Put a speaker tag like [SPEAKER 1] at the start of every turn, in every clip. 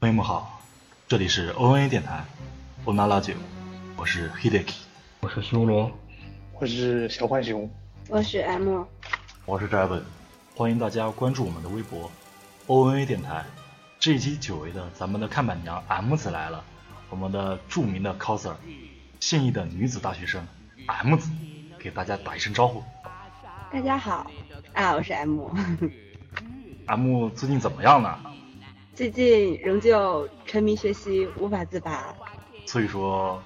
[SPEAKER 1] 位们好，这里是 ONA 电台 o n a r a d i 我是 Hideki，
[SPEAKER 2] 我是修罗，
[SPEAKER 3] 我是小浣熊，
[SPEAKER 4] 我是 M，
[SPEAKER 1] 我是 Draven，欢迎大家关注我们的微博 ONA 电台。这一期久违的咱们的看板娘 M 子来了，我们的著名的 coser，现役的女子大学生 M 子，给大家打一声招呼。
[SPEAKER 4] 大家好啊，我是 M，
[SPEAKER 1] M 最近怎么样呢？
[SPEAKER 4] 最近仍旧沉迷学习，无法自拔。
[SPEAKER 1] 所以说，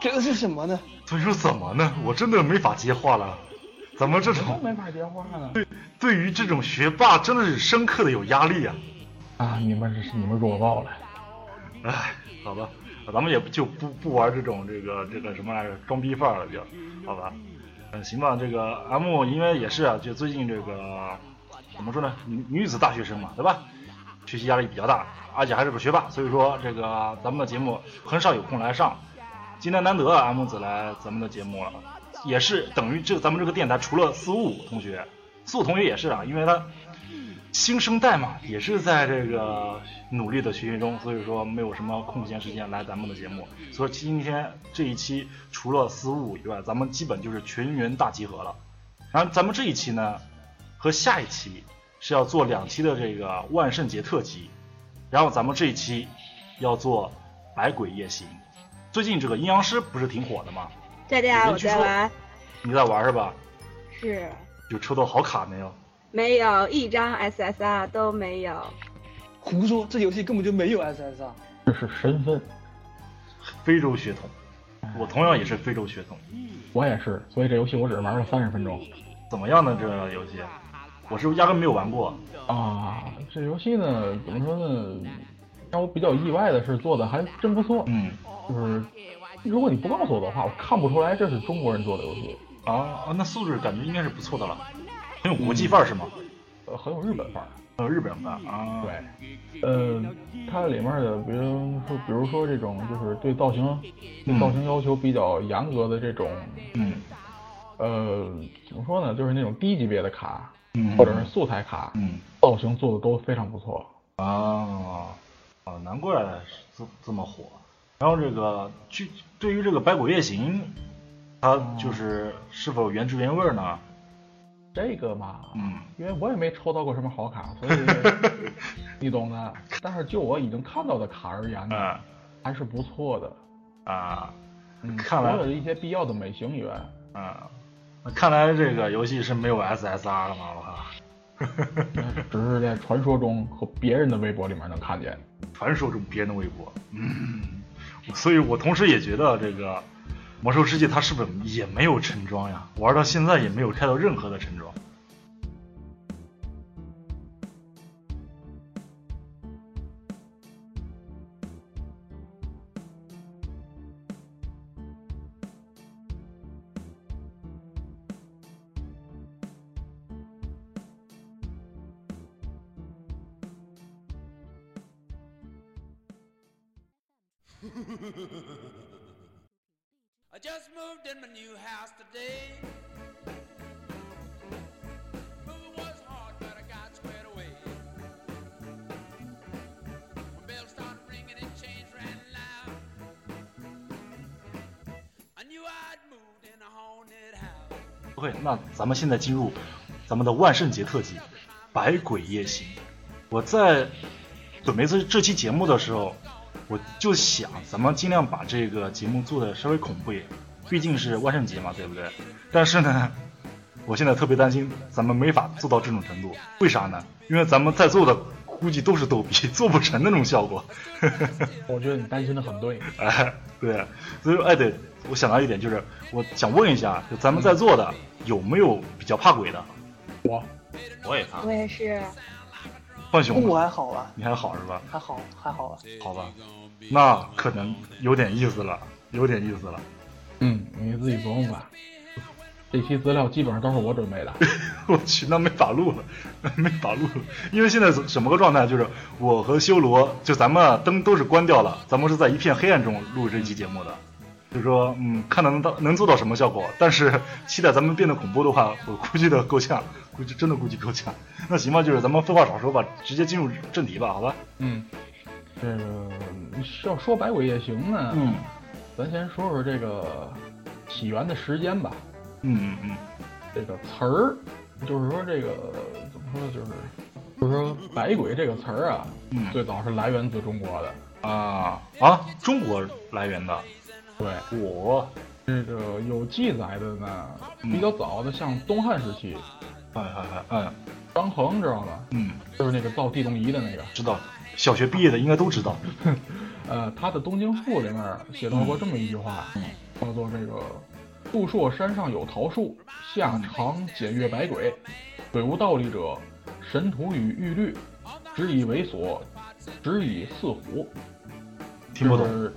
[SPEAKER 3] 这个是什么呢？
[SPEAKER 1] 所以说怎么呢？我真的没法接话了。咱们这
[SPEAKER 3] 怎么
[SPEAKER 1] 种
[SPEAKER 3] 没法接话呢？
[SPEAKER 1] 对于这种学霸真的是深刻的有压力啊。
[SPEAKER 2] 啊，你们这是你们弱爆了，
[SPEAKER 1] 唉，哎好吧，啊咱们也不就不不玩这种这个这个什么来着装逼范儿了，就好吧。嗯，行吧，这个 M 因为也是啊，就最近这个怎么说呢，女女子大学生嘛，对吧？学习压力比较大，而且还是个学霸，所以说这个咱们的节目很少有空来上。今天难得 M 子来咱们的节目了，也是等于这咱们这个电台除了四五五同学，四五同学也是啊，因为他新生代嘛，也是在这个努力的学习中，所以说没有什么空闲时间来咱们的节目。所以今天这一期除了四五五以外，咱们基本就是全员大集合了。然后咱们这一期呢，和下一期是要做两期的这个万圣节特辑，然后咱们这一期要做百鬼夜行。最近这个阴阳师不是挺火的吗？
[SPEAKER 4] 大家
[SPEAKER 1] 有人
[SPEAKER 4] 我
[SPEAKER 1] 去
[SPEAKER 4] 在
[SPEAKER 1] 说
[SPEAKER 4] 玩，
[SPEAKER 1] 你在玩是吧？
[SPEAKER 4] 是
[SPEAKER 1] 有抽到好卡没有？
[SPEAKER 4] 没有一张 SSR 都没有。
[SPEAKER 3] 胡说，这游戏根本就没有 SSR。
[SPEAKER 2] 这是身份，
[SPEAKER 1] 非洲血统，我同样也是非洲血统。
[SPEAKER 2] 我也是，所以这游戏我只玩了三十分钟
[SPEAKER 1] 怎么样呢？这游戏，我是压根没有玩过。
[SPEAKER 2] 啊。这游戏呢，怎么说呢？让我比较意外的是，做的还真不错。
[SPEAKER 1] 嗯，
[SPEAKER 2] 就是如果你不告诉我的话，我看不出来这是中国人做的游戏，
[SPEAKER 1] 啊啊，那素质感觉应该是不错的了，很有国际范儿是吗？
[SPEAKER 2] 呃，很有日本范儿。
[SPEAKER 1] 呃，日本范儿啊，，
[SPEAKER 2] 对，呃，它里面的，比如说，比如说这种就是对造型、对造型要求比较严格的这种，
[SPEAKER 1] 嗯
[SPEAKER 2] 呃，怎么说呢，就是那种低级别的卡，
[SPEAKER 1] 嗯，
[SPEAKER 2] 或者是素材卡，
[SPEAKER 1] 嗯
[SPEAKER 2] 造型做的都非常不错。
[SPEAKER 1] 啊啊，难怪这这么火。然后这个去对于这个《百鬼夜行》，它就是是否原汁原味儿呢？
[SPEAKER 2] 这个嘛，
[SPEAKER 1] 嗯，
[SPEAKER 2] 因为我也没抽到过什么好卡， 所以你懂的。但是就我已经看到的卡而言呢，
[SPEAKER 1] 嗯
[SPEAKER 2] 还是不错的。
[SPEAKER 1] 啊，
[SPEAKER 2] 嗯，
[SPEAKER 1] 看来
[SPEAKER 2] 所有的一些必要的美型元，
[SPEAKER 1] 嗯，那看来这个游戏是没有 SSR 了嘛？我靠。
[SPEAKER 2] 只是在传说中和别人的微博里面能看见。
[SPEAKER 1] 传说中别人的微博。嗯，所以我同时也觉得这个《魔兽世界》它是不是也没有橙装呀？玩到现在也没有开到任何的橙装。
[SPEAKER 5] I just moved in my new house today. Moving was hard, but I got squared away. When bells started ringing and chains ran loud, I knew I'd moved in a haunted house.
[SPEAKER 1] OK，那咱们现在进入咱们的万圣节特辑《百鬼夜行》。我在准备这这期节目的时候，我就想咱们尽量把这个节目做的稍微恐怖一点，毕竟是万圣节嘛，对不对？但是呢，我现在特别担心咱们没法做到这种程度，为啥呢？因为咱们在座的估计都是逗逼，做不成那种效果。
[SPEAKER 2] 我觉得你担心的很对。
[SPEAKER 1] 哎， 对，所以说哎，对，我想到一点就是，我想问一下，就咱们在座的有没有比较怕鬼的？
[SPEAKER 2] 我
[SPEAKER 1] 我也怕
[SPEAKER 4] 我也 是，
[SPEAKER 1] 浣熊呢，
[SPEAKER 3] 我还好啊，
[SPEAKER 1] 你还好是吧？
[SPEAKER 3] 还好，还好啊。
[SPEAKER 1] 好吧，那可能有点意思了，有点意思了。
[SPEAKER 2] 嗯，你自己琢磨吧。这期资料基本上都是我准 备的。
[SPEAKER 1] 我去，那没法录了，没法录了，因为现在怎么个状态？就是我和修罗，就咱们灯都是关掉了，咱们是在一片黑暗中录这期节目的。就说嗯，看能到能做到什么效果，但是 期待咱们变得恐怖的话，我估计的够呛，估计真的估计够呛。那行吧，就是咱们废话少说吧，直接进入正题吧，好吧？
[SPEAKER 2] 嗯，这个是要说百鬼夜行呢，
[SPEAKER 1] 嗯
[SPEAKER 2] 咱先说说这个起源的时间吧。
[SPEAKER 1] 嗯嗯
[SPEAKER 2] 这个词儿，就是说这个怎么说呢，就是就是说“百鬼”这个词儿啊，
[SPEAKER 1] 嗯
[SPEAKER 2] 最早是来源自中国的。
[SPEAKER 1] 嗯啊啊，中国来源的，
[SPEAKER 2] 对，
[SPEAKER 1] 我
[SPEAKER 2] 这个有记载的呢，
[SPEAKER 1] 嗯
[SPEAKER 2] 比较早的，像东汉时期，
[SPEAKER 1] 哎哎哎哎
[SPEAKER 2] 张衡知道吧？
[SPEAKER 1] 嗯，
[SPEAKER 2] 就是那个造地动仪的那个，
[SPEAKER 1] 知道，小学毕业的应该都知道。
[SPEAKER 2] 呃，他的《东京赋》里面写到过这么一句话，
[SPEAKER 1] 嗯
[SPEAKER 2] 叫做这个“杜朔山上有桃树，下常检阅百鬼，鬼无道理者，神徒与玉律，只以为所，只以似虎。”
[SPEAKER 1] 听不
[SPEAKER 2] 就
[SPEAKER 1] 懂
[SPEAKER 2] 是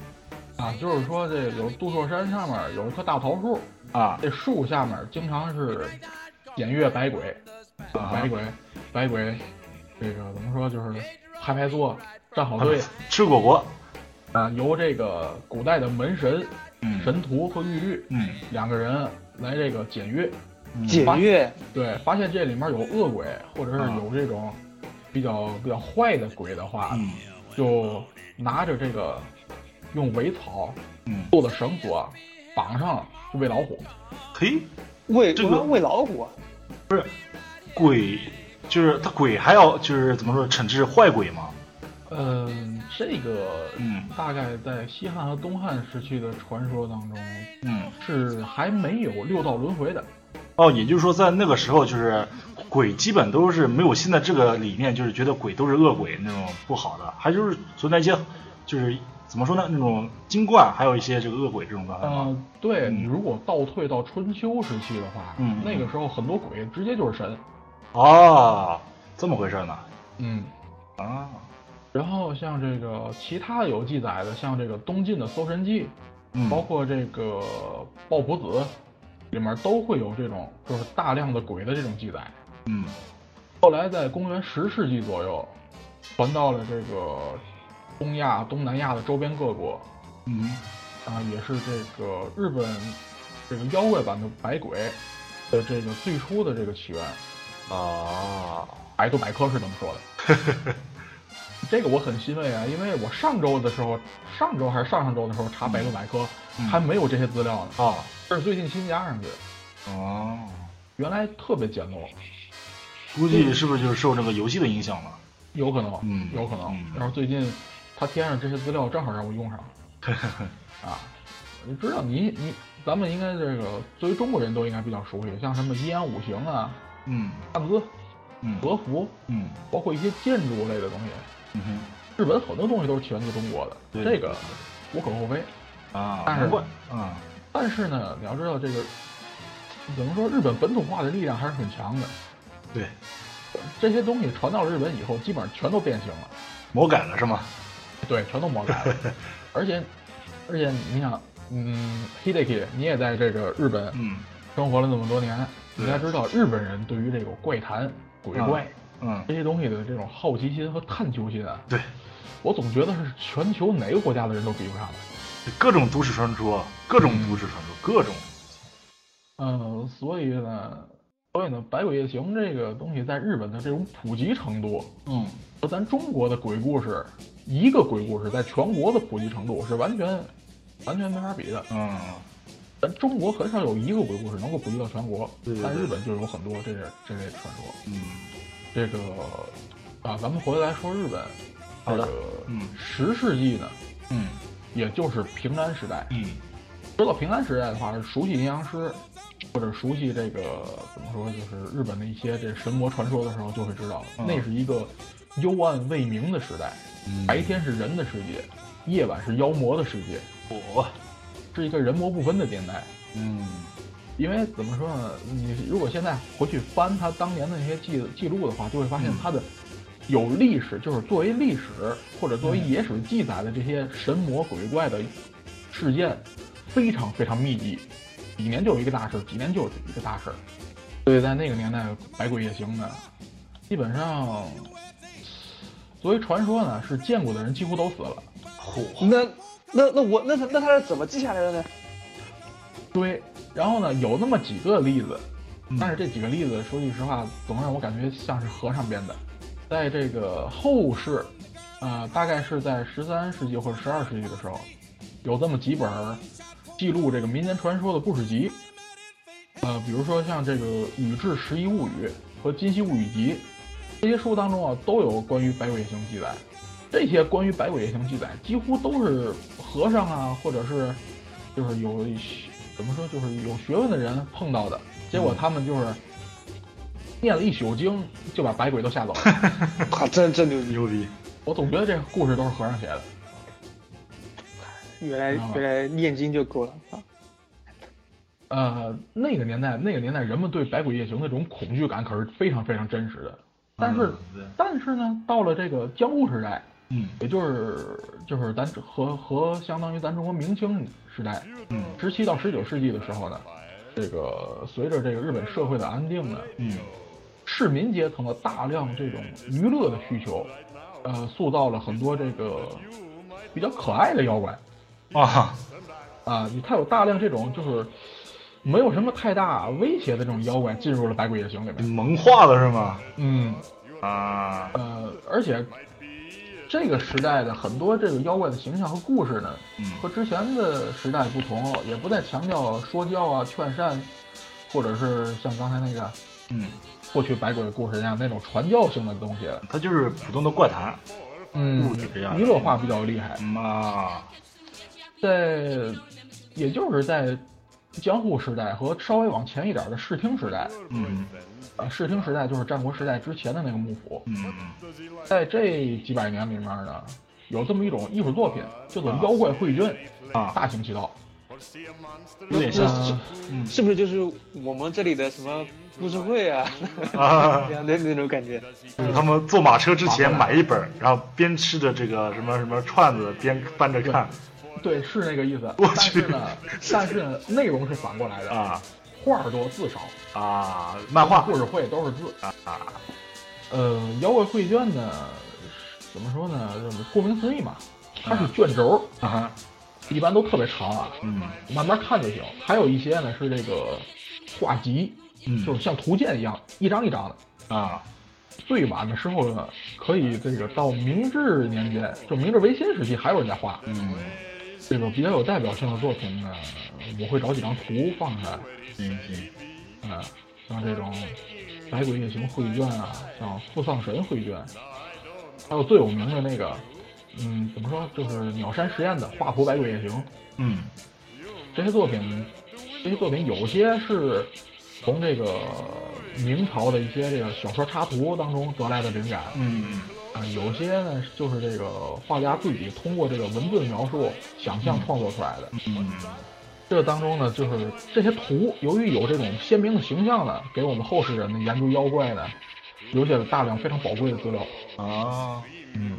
[SPEAKER 2] 啊，就是说这有杜朔山上面有一棵大桃树，
[SPEAKER 1] 啊
[SPEAKER 2] 这树下面经常是检阅百鬼，
[SPEAKER 1] 啊
[SPEAKER 2] 百鬼，百鬼，这个怎么说就是排排坐，站好
[SPEAKER 1] 啊
[SPEAKER 2] 队
[SPEAKER 1] 吃果果，
[SPEAKER 2] 啊，由这个古代的门神
[SPEAKER 1] 嗯
[SPEAKER 2] 神徒和玉律
[SPEAKER 1] 嗯
[SPEAKER 2] 两个人来这个检阅，
[SPEAKER 1] 嗯
[SPEAKER 3] 检阅
[SPEAKER 2] 对，发现这里面有恶鬼或者是
[SPEAKER 1] 啊
[SPEAKER 2] 有这种比较比较坏的鬼的话，
[SPEAKER 1] 嗯
[SPEAKER 2] 就拿着这个用苇草
[SPEAKER 1] 嗯，
[SPEAKER 2] 做的绳索啊绑上就喂老虎。
[SPEAKER 1] 嘿，
[SPEAKER 3] 喂
[SPEAKER 1] 这个
[SPEAKER 3] 我要喂老虎啊，
[SPEAKER 1] 鬼就是他鬼还要就是怎么说惩治坏鬼嘛？
[SPEAKER 2] 嗯，这个
[SPEAKER 1] 嗯
[SPEAKER 2] 大概在西汉和东汉时期的传说当中
[SPEAKER 1] 嗯，
[SPEAKER 2] 是还没有六道轮回的。
[SPEAKER 1] 哦，也就是说在那个时候就是鬼基本都是没有现在这个理念，就是觉得鬼都是恶鬼那种不好的，还就是存在一些就是怎么说呢那种精怪，还有一些这个恶鬼这种状态嘛。
[SPEAKER 2] 呃，对
[SPEAKER 1] 嗯
[SPEAKER 2] 你如果倒退到春秋时期的话，
[SPEAKER 1] 嗯
[SPEAKER 2] 那个时候很多鬼直接就是神。
[SPEAKER 1] 哦，这么回事呢？
[SPEAKER 2] 嗯。
[SPEAKER 1] 啊，
[SPEAKER 2] 然后像这个其他有记载的，像这个东晋的《搜神记》，
[SPEAKER 1] 嗯，
[SPEAKER 2] 包括这个《抱朴子》，里面都会有这种就是大量的鬼的这种记载。
[SPEAKER 1] 嗯
[SPEAKER 2] 后来在公元十世纪左右，传到了这个东亚、东南亚的周边各国，
[SPEAKER 1] 嗯
[SPEAKER 2] 啊，也是这个日本这个妖怪版的百鬼的这个最初的这个起源，
[SPEAKER 1] 哦，
[SPEAKER 2] 百度百科是这么说的。 这个我很欣慰啊，因为我上周的时候，上周还是上上周的时候查百度百科，
[SPEAKER 1] 嗯
[SPEAKER 2] 还没有这些资料呢，
[SPEAKER 1] 啊，
[SPEAKER 2] 这是最近新加上去的，
[SPEAKER 1] 哦，
[SPEAKER 2] 原来特别简陋，嗯
[SPEAKER 1] 估计是不是就是受这个游戏的影响了？
[SPEAKER 2] 有可能，
[SPEAKER 1] 嗯
[SPEAKER 2] 有可能
[SPEAKER 1] 嗯。
[SPEAKER 2] 然后最近他添上这些资料，正好让 我用上，啊，我就知道你你咱们应该这个作为中国人都应该比较熟悉，像什么阴阳五行啊、
[SPEAKER 1] 嗯
[SPEAKER 2] 汉字、
[SPEAKER 1] 嗯
[SPEAKER 2] 和服，
[SPEAKER 1] 嗯
[SPEAKER 2] 包括一些建筑类的东西，
[SPEAKER 1] 嗯哼。
[SPEAKER 2] 日本很多东西都是起源自中国的，
[SPEAKER 1] 对
[SPEAKER 2] 这个无可厚非。
[SPEAKER 1] 啊，
[SPEAKER 2] 但是
[SPEAKER 1] 难怪啊，
[SPEAKER 2] 但是呢，你要知道这个怎么说，日本本土化的力量还是很强的。
[SPEAKER 1] 对，
[SPEAKER 2] 这些东西传到了日本以后，基本上全都变形了。
[SPEAKER 1] 魔改了是吗？
[SPEAKER 2] 对，全都魔改 了。而且，而且你想，嗯，Hideki，你也在这个日本
[SPEAKER 1] 嗯
[SPEAKER 2] 生活了那么多年，
[SPEAKER 1] 对
[SPEAKER 2] 你该知道日本人对于这个怪谈、鬼怪、
[SPEAKER 1] 嗯，
[SPEAKER 2] 这些东西的这种好奇心和探求心啊，
[SPEAKER 1] 对，
[SPEAKER 2] 我总觉得是全球哪个国家的人都比不上的。
[SPEAKER 1] 各种都市传说，各种都市传说，各种，
[SPEAKER 2] 嗯，所以呢，所以呢，百鬼夜行这个东西在日本的这种普及程度，
[SPEAKER 1] 嗯，
[SPEAKER 2] 和咱中国的鬼故事，一个鬼故事在全国的普及程度是完全完全没法比的。
[SPEAKER 1] 嗯，
[SPEAKER 2] 咱中国很少有一个鬼故事能够普及到全国，
[SPEAKER 1] 对对
[SPEAKER 2] 但
[SPEAKER 1] 对
[SPEAKER 2] 日本就有很多这类这类传说。
[SPEAKER 1] 嗯，
[SPEAKER 2] 这个啊，咱们回来说日本，
[SPEAKER 1] 好
[SPEAKER 2] 这
[SPEAKER 1] 的
[SPEAKER 2] 个
[SPEAKER 1] 嗯
[SPEAKER 2] 十世纪呢，
[SPEAKER 1] 嗯，
[SPEAKER 2] 也就是平安时代。
[SPEAKER 1] 嗯，
[SPEAKER 2] 说到平安时代的话，是熟悉阴阳师，或者熟悉这个怎么说，就是日本的一些这神魔传说的时候，就会知道，
[SPEAKER 1] 嗯
[SPEAKER 2] 那是一个幽暗未明的时代，白天是人的世界，夜晚是妖魔的世界，
[SPEAKER 1] 我，
[SPEAKER 2] 是一个人魔不分的年代。
[SPEAKER 1] 嗯，
[SPEAKER 2] 因为怎么说呢，你如果现在回去翻他当年的那些记记录的话，就会发现
[SPEAKER 1] 嗯
[SPEAKER 2] 他的有历史，就是作为历史或者作为野史记载的这些神魔鬼怪的事件，非常非常密集，几年就有一个大事，几年就有一个大事。所以在那个年代，百鬼夜行呢，基本上作为传说呢，是见过的人几乎都死了。
[SPEAKER 1] 火，嗯
[SPEAKER 3] 那那那我那他那他是怎么记下来的呢？
[SPEAKER 2] 堆。然后呢，有那么几个例子，
[SPEAKER 1] 嗯
[SPEAKER 2] 但是这几个例子说句实话，总让我感觉像是和尚编的。在这个后世，呃，大概是在十三世纪或者十二世纪的时候，有这么几本儿记录这个民间传说的故事集，呃，比如说像这个《宇治十一物语》和《今昔物语集》，这些书当中啊都有关于百鬼夜行记载。这些关于百鬼夜行记载，几乎都是和尚啊，或者是就是有怎么说，就是有学问的人碰到的。结果他们就是念了一宿经，就把百鬼都吓走了。
[SPEAKER 3] 啊，真真牛逼！
[SPEAKER 1] 牛逼，
[SPEAKER 2] 我总觉得这个故事都是和尚写的。
[SPEAKER 3] 原来
[SPEAKER 2] 啊
[SPEAKER 3] 原来念经就够了啊！
[SPEAKER 2] 呃，那个年代，那个年代人们对百鬼夜行那种恐惧感可是非常非常真实的。但是，
[SPEAKER 1] 嗯
[SPEAKER 2] 但是呢，到了这个江户时代，
[SPEAKER 1] 嗯
[SPEAKER 2] 也就是就是咱和和相当于咱中国明清时代，
[SPEAKER 1] 嗯
[SPEAKER 2] 十七到十九世纪的时候呢，这个随着这个日本社会的安定呢，
[SPEAKER 1] 嗯
[SPEAKER 2] 市民阶层的大量这种娱乐的需求，呃，塑造了很多这个比较可爱的妖怪
[SPEAKER 1] 啊，
[SPEAKER 2] 啊，它有大量这种就是没有什么太大威胁的这种妖怪进入了百鬼夜行里面，
[SPEAKER 1] 萌化了是吗？
[SPEAKER 2] 嗯，
[SPEAKER 1] 啊，
[SPEAKER 2] 呃，而且这个时代的很多这个妖怪的形象和故事呢，
[SPEAKER 1] 嗯
[SPEAKER 2] 和之前的时代不同，也不再强调说教啊、劝善，或者是像刚才那个
[SPEAKER 1] 嗯，
[SPEAKER 2] 过去百鬼的故事一样那种传教性的东西了。
[SPEAKER 1] 它就是普通的怪谈，
[SPEAKER 2] 嗯
[SPEAKER 1] 故事这样
[SPEAKER 2] 娱乐化比较厉害。
[SPEAKER 1] 嗯啊，
[SPEAKER 2] 在，也就是在江户时代和稍微往前一点的室町时代，
[SPEAKER 1] 嗯
[SPEAKER 2] 呃，室町时代就是战国时代之前的那个幕府，
[SPEAKER 1] 嗯
[SPEAKER 2] 在这几百年里面呢，有这么一种艺术作品，叫做妖怪绘阵，
[SPEAKER 1] 啊，
[SPEAKER 2] 大行其道。
[SPEAKER 1] 有点
[SPEAKER 3] 是
[SPEAKER 1] 像
[SPEAKER 2] 呃
[SPEAKER 1] 嗯
[SPEAKER 3] 是不是就是我们这里的什么故事会啊？
[SPEAKER 1] 啊
[SPEAKER 3] 那。样的那种感觉，
[SPEAKER 1] 就是他们坐马车之前买一本，然后边吃着这个什么什么串子，边翻着看
[SPEAKER 2] 对，是那个意思。
[SPEAKER 1] 我
[SPEAKER 2] 但
[SPEAKER 1] 去
[SPEAKER 2] 是呢， 但是呢，内容是反过来的，
[SPEAKER 1] 啊
[SPEAKER 2] 画儿多字少，
[SPEAKER 1] 啊，漫画
[SPEAKER 2] 故事会都是字。
[SPEAKER 1] 啊，
[SPEAKER 2] 呃，摇滚绘卷呢，怎么说呢？就是顾名思义嘛，它是卷轴，
[SPEAKER 1] 啊哈，
[SPEAKER 2] 一般都特别长啊，
[SPEAKER 1] 嗯
[SPEAKER 2] 慢慢看就行。还有一些呢是这个画集，就
[SPEAKER 1] 嗯
[SPEAKER 2] 是像图鉴一样，一张一张的。
[SPEAKER 1] 啊
[SPEAKER 2] 最晚的时候呢，可以这个到明治年间，就明治维新时期，还有人在画
[SPEAKER 1] 嗯
[SPEAKER 2] 这个比较有代表性的作品呢，我会找几张图放出来。
[SPEAKER 1] 行行，
[SPEAKER 2] 啊，像这种《百鬼夜行》绘卷啊，像《父丧神》绘卷，还有最有名的那个，嗯，怎么说，就是鸟山实验的《画符百鬼夜行》
[SPEAKER 1] 嗯
[SPEAKER 2] 这些作品，这些作品有些是从这个明朝的一些这个小说插图当中得来的灵感，
[SPEAKER 1] 嗯
[SPEAKER 2] 啊，有些呢就是这个画家自己通过这个文字描述想象创作出来的。
[SPEAKER 1] 嗯
[SPEAKER 2] 这当中呢，就是这些图，由于有这种鲜明的形象呢，给我们后世人的研究妖怪呢，留下了大量非常宝贵的资料。
[SPEAKER 1] 啊，
[SPEAKER 2] 嗯，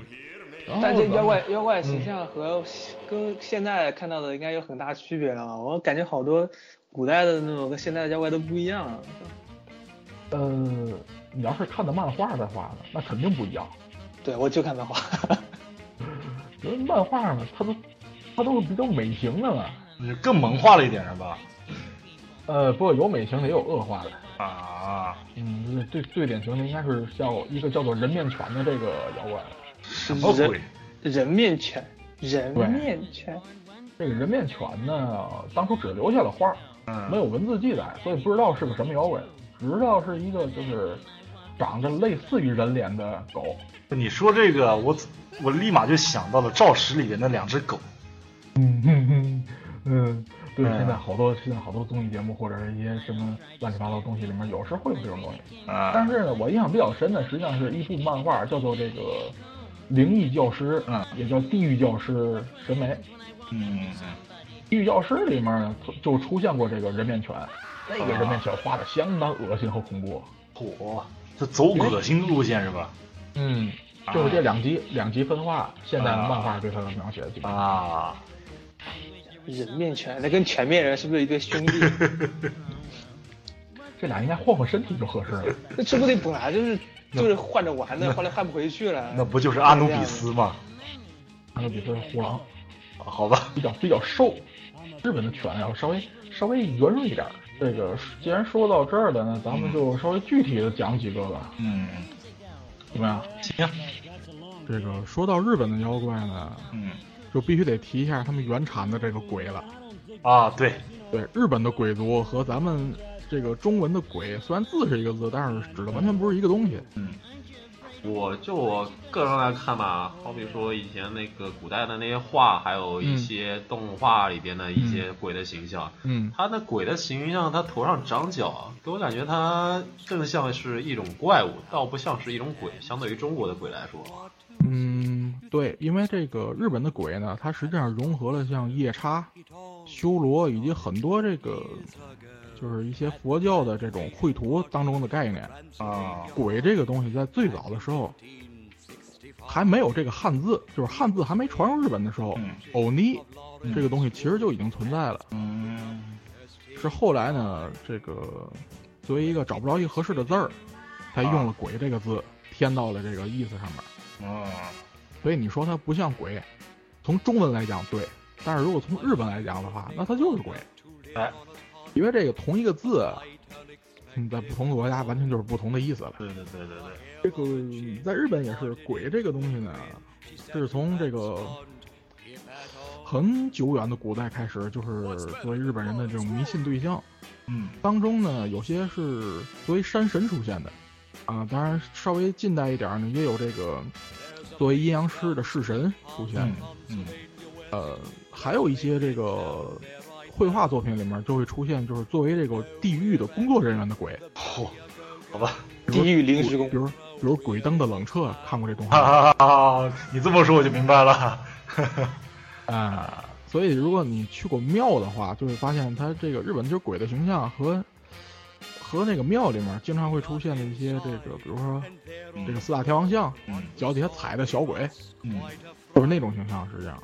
[SPEAKER 3] 但这妖怪妖怪
[SPEAKER 2] 嗯
[SPEAKER 3] 形象和跟现在看到的应该有很大区别了吧？我感觉好多古代的那种跟现在的妖怪都不一样了。
[SPEAKER 2] 呃，你要是看的漫画的话呢，那肯定不一样，
[SPEAKER 3] 对，我就看漫画。
[SPEAKER 2] 因为漫画嘛，它都它都是比较美型的嘛。
[SPEAKER 1] 那就更萌化了一点是吧？
[SPEAKER 2] 呃，不过有美型的，也有恶化的。
[SPEAKER 1] 啊，
[SPEAKER 2] 嗯，最最典型的应该是叫一个叫做人面犬的这个妖怪。
[SPEAKER 1] 什么鬼？
[SPEAKER 3] 人面犬，人
[SPEAKER 2] 对
[SPEAKER 3] 面犬，
[SPEAKER 2] 这个人面犬呢，当初只留下了画儿，
[SPEAKER 1] 嗯
[SPEAKER 2] 没有文字记载，所以不知道是个什么妖怪，只知道是一个就是长着类似于人脸的狗。
[SPEAKER 1] 你说这个，我我立马就想到了《赵石》里面的两只狗，
[SPEAKER 2] 嗯哼哼，嗯，对，
[SPEAKER 1] 嗯
[SPEAKER 2] 现在好多现在好多综艺节目或者是一些什么乱七八糟的东西里面，有时候会有这种东西。但
[SPEAKER 1] 啊
[SPEAKER 2] 是呢，我印象比较深的实际上是一部漫画，叫做这个《灵异教师》，
[SPEAKER 1] 嗯，
[SPEAKER 2] 也叫《地狱教师神媒》。
[SPEAKER 1] 嗯
[SPEAKER 2] 地狱教师里面呢，就出现过这个人面犬，那个人面犬画的相当恶心和恐怖。
[SPEAKER 1] 火，这走恶心路线是吧？
[SPEAKER 2] 嗯，啊就是这两集、两集分化，现在漫画对它的描写基本上
[SPEAKER 1] 啊，
[SPEAKER 3] 人面犬，那跟全面人是不是一对兄 弟？
[SPEAKER 2] 这俩应该换换身体就合适了。
[SPEAKER 3] 那说不定本来就是就是换着玩的，后来换不回去了。
[SPEAKER 1] 那不就是阿努比斯吗？
[SPEAKER 2] 阿努比斯是胡狼，
[SPEAKER 1] 啊好吧，
[SPEAKER 2] 比较比较瘦，日本的拳要稍微稍微圆润一点儿。这个既然说到这儿了呢，咱们就稍微具体的讲几个吧，
[SPEAKER 1] 嗯，
[SPEAKER 2] 怎么样？
[SPEAKER 1] 行，
[SPEAKER 2] 这个说到日本的妖怪呢，
[SPEAKER 1] 嗯，
[SPEAKER 2] 就必须得提一下他们原产的这个鬼了。
[SPEAKER 1] 啊，对，
[SPEAKER 2] 对，日本的鬼族和咱们这个中文的鬼，虽然字是一个字，但是指的完全不是一个东西。
[SPEAKER 1] 嗯，
[SPEAKER 6] 我就我个人来看吧，好比说以前那个古代的那些画，还有一些动画里边的一些鬼的形象，
[SPEAKER 2] 嗯，
[SPEAKER 6] 他那鬼的形象，他头上长角，啊给我感觉他更像是一种怪物，倒不像是一种鬼。相对于中国的鬼来说，
[SPEAKER 2] 嗯，对，因为这个日本的鬼呢，它实际上融合了像夜叉、修罗以及很多这个就是一些佛教的这种绘图当中的概念。
[SPEAKER 1] 啊，
[SPEAKER 2] 鬼这个东西在最早的时候还没有这个汉字，就是汉字还没传入日本的时候
[SPEAKER 1] 嗯，
[SPEAKER 2] 欧尼
[SPEAKER 1] 嗯
[SPEAKER 2] 这个东西其实就已经存在了。
[SPEAKER 1] 嗯，
[SPEAKER 2] 是后来呢，这个作为一个找不着一个合适的字儿，才用了“鬼”这个字，添到了这个意思上面。
[SPEAKER 1] 啊，
[SPEAKER 2] 所以你说它不像鬼，从中文来讲对，但是如果从日本来讲的话，那它就是鬼。
[SPEAKER 1] 哎，
[SPEAKER 2] 因为这个同一个字，嗯，在不同的国家完全就是不同的意思了。
[SPEAKER 1] 对对对对对，
[SPEAKER 2] 这个在日本也是“鬼”这个东西呢，是从这个很久远的古代开始，就是作为日本人的这种迷信对象。
[SPEAKER 1] 嗯，
[SPEAKER 2] 当中呢，有些是作为山神出现的，啊，当然稍微近代一点儿呢，也有这个作为阴阳师的式神出现，
[SPEAKER 1] 嗯嗯，
[SPEAKER 2] 呃，还有一些这个绘画作品里面就会出现，就是作为这个地狱的工作人员的鬼，
[SPEAKER 1] 好，好吧，
[SPEAKER 3] 地狱临时工
[SPEAKER 2] 比，如比如《鬼灯的冷彻》，看过这动画吗
[SPEAKER 1] 哈哈哈，你这么说我就明白了，
[SPEAKER 2] 啊、所以如果你去过庙的话，就会发现它这个日本就是鬼的形象和和那个庙里面经常会出现的一些这个，比如说这个四大天王像
[SPEAKER 1] 嗯
[SPEAKER 2] 脚底下踩的小鬼，
[SPEAKER 1] 嗯
[SPEAKER 2] 就是那种形象是这样。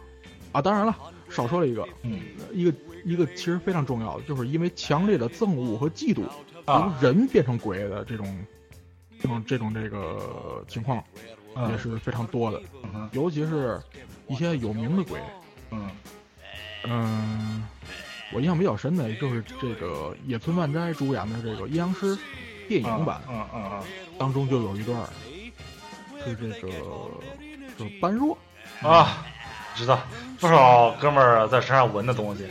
[SPEAKER 2] 啊，当然了，少说了一个，
[SPEAKER 1] 嗯，
[SPEAKER 2] 一个一个其实非常重要的，就是因为强烈的憎恶和嫉妒，由
[SPEAKER 1] 啊，
[SPEAKER 2] 人变成鬼的这种这种这种这个情况也
[SPEAKER 1] 嗯
[SPEAKER 2] 是非常多的，
[SPEAKER 1] 嗯哼
[SPEAKER 2] 尤其是一些有名的鬼，
[SPEAKER 1] 嗯，
[SPEAKER 2] 嗯，我印象比较深的就是这个野村万斋主演的这个《阴阳师》电影版，
[SPEAKER 1] 嗯嗯嗯
[SPEAKER 2] 当中就有一段儿是这个就是般若，
[SPEAKER 1] 嗯啊，知道，不少哥们儿在身上纹的东西，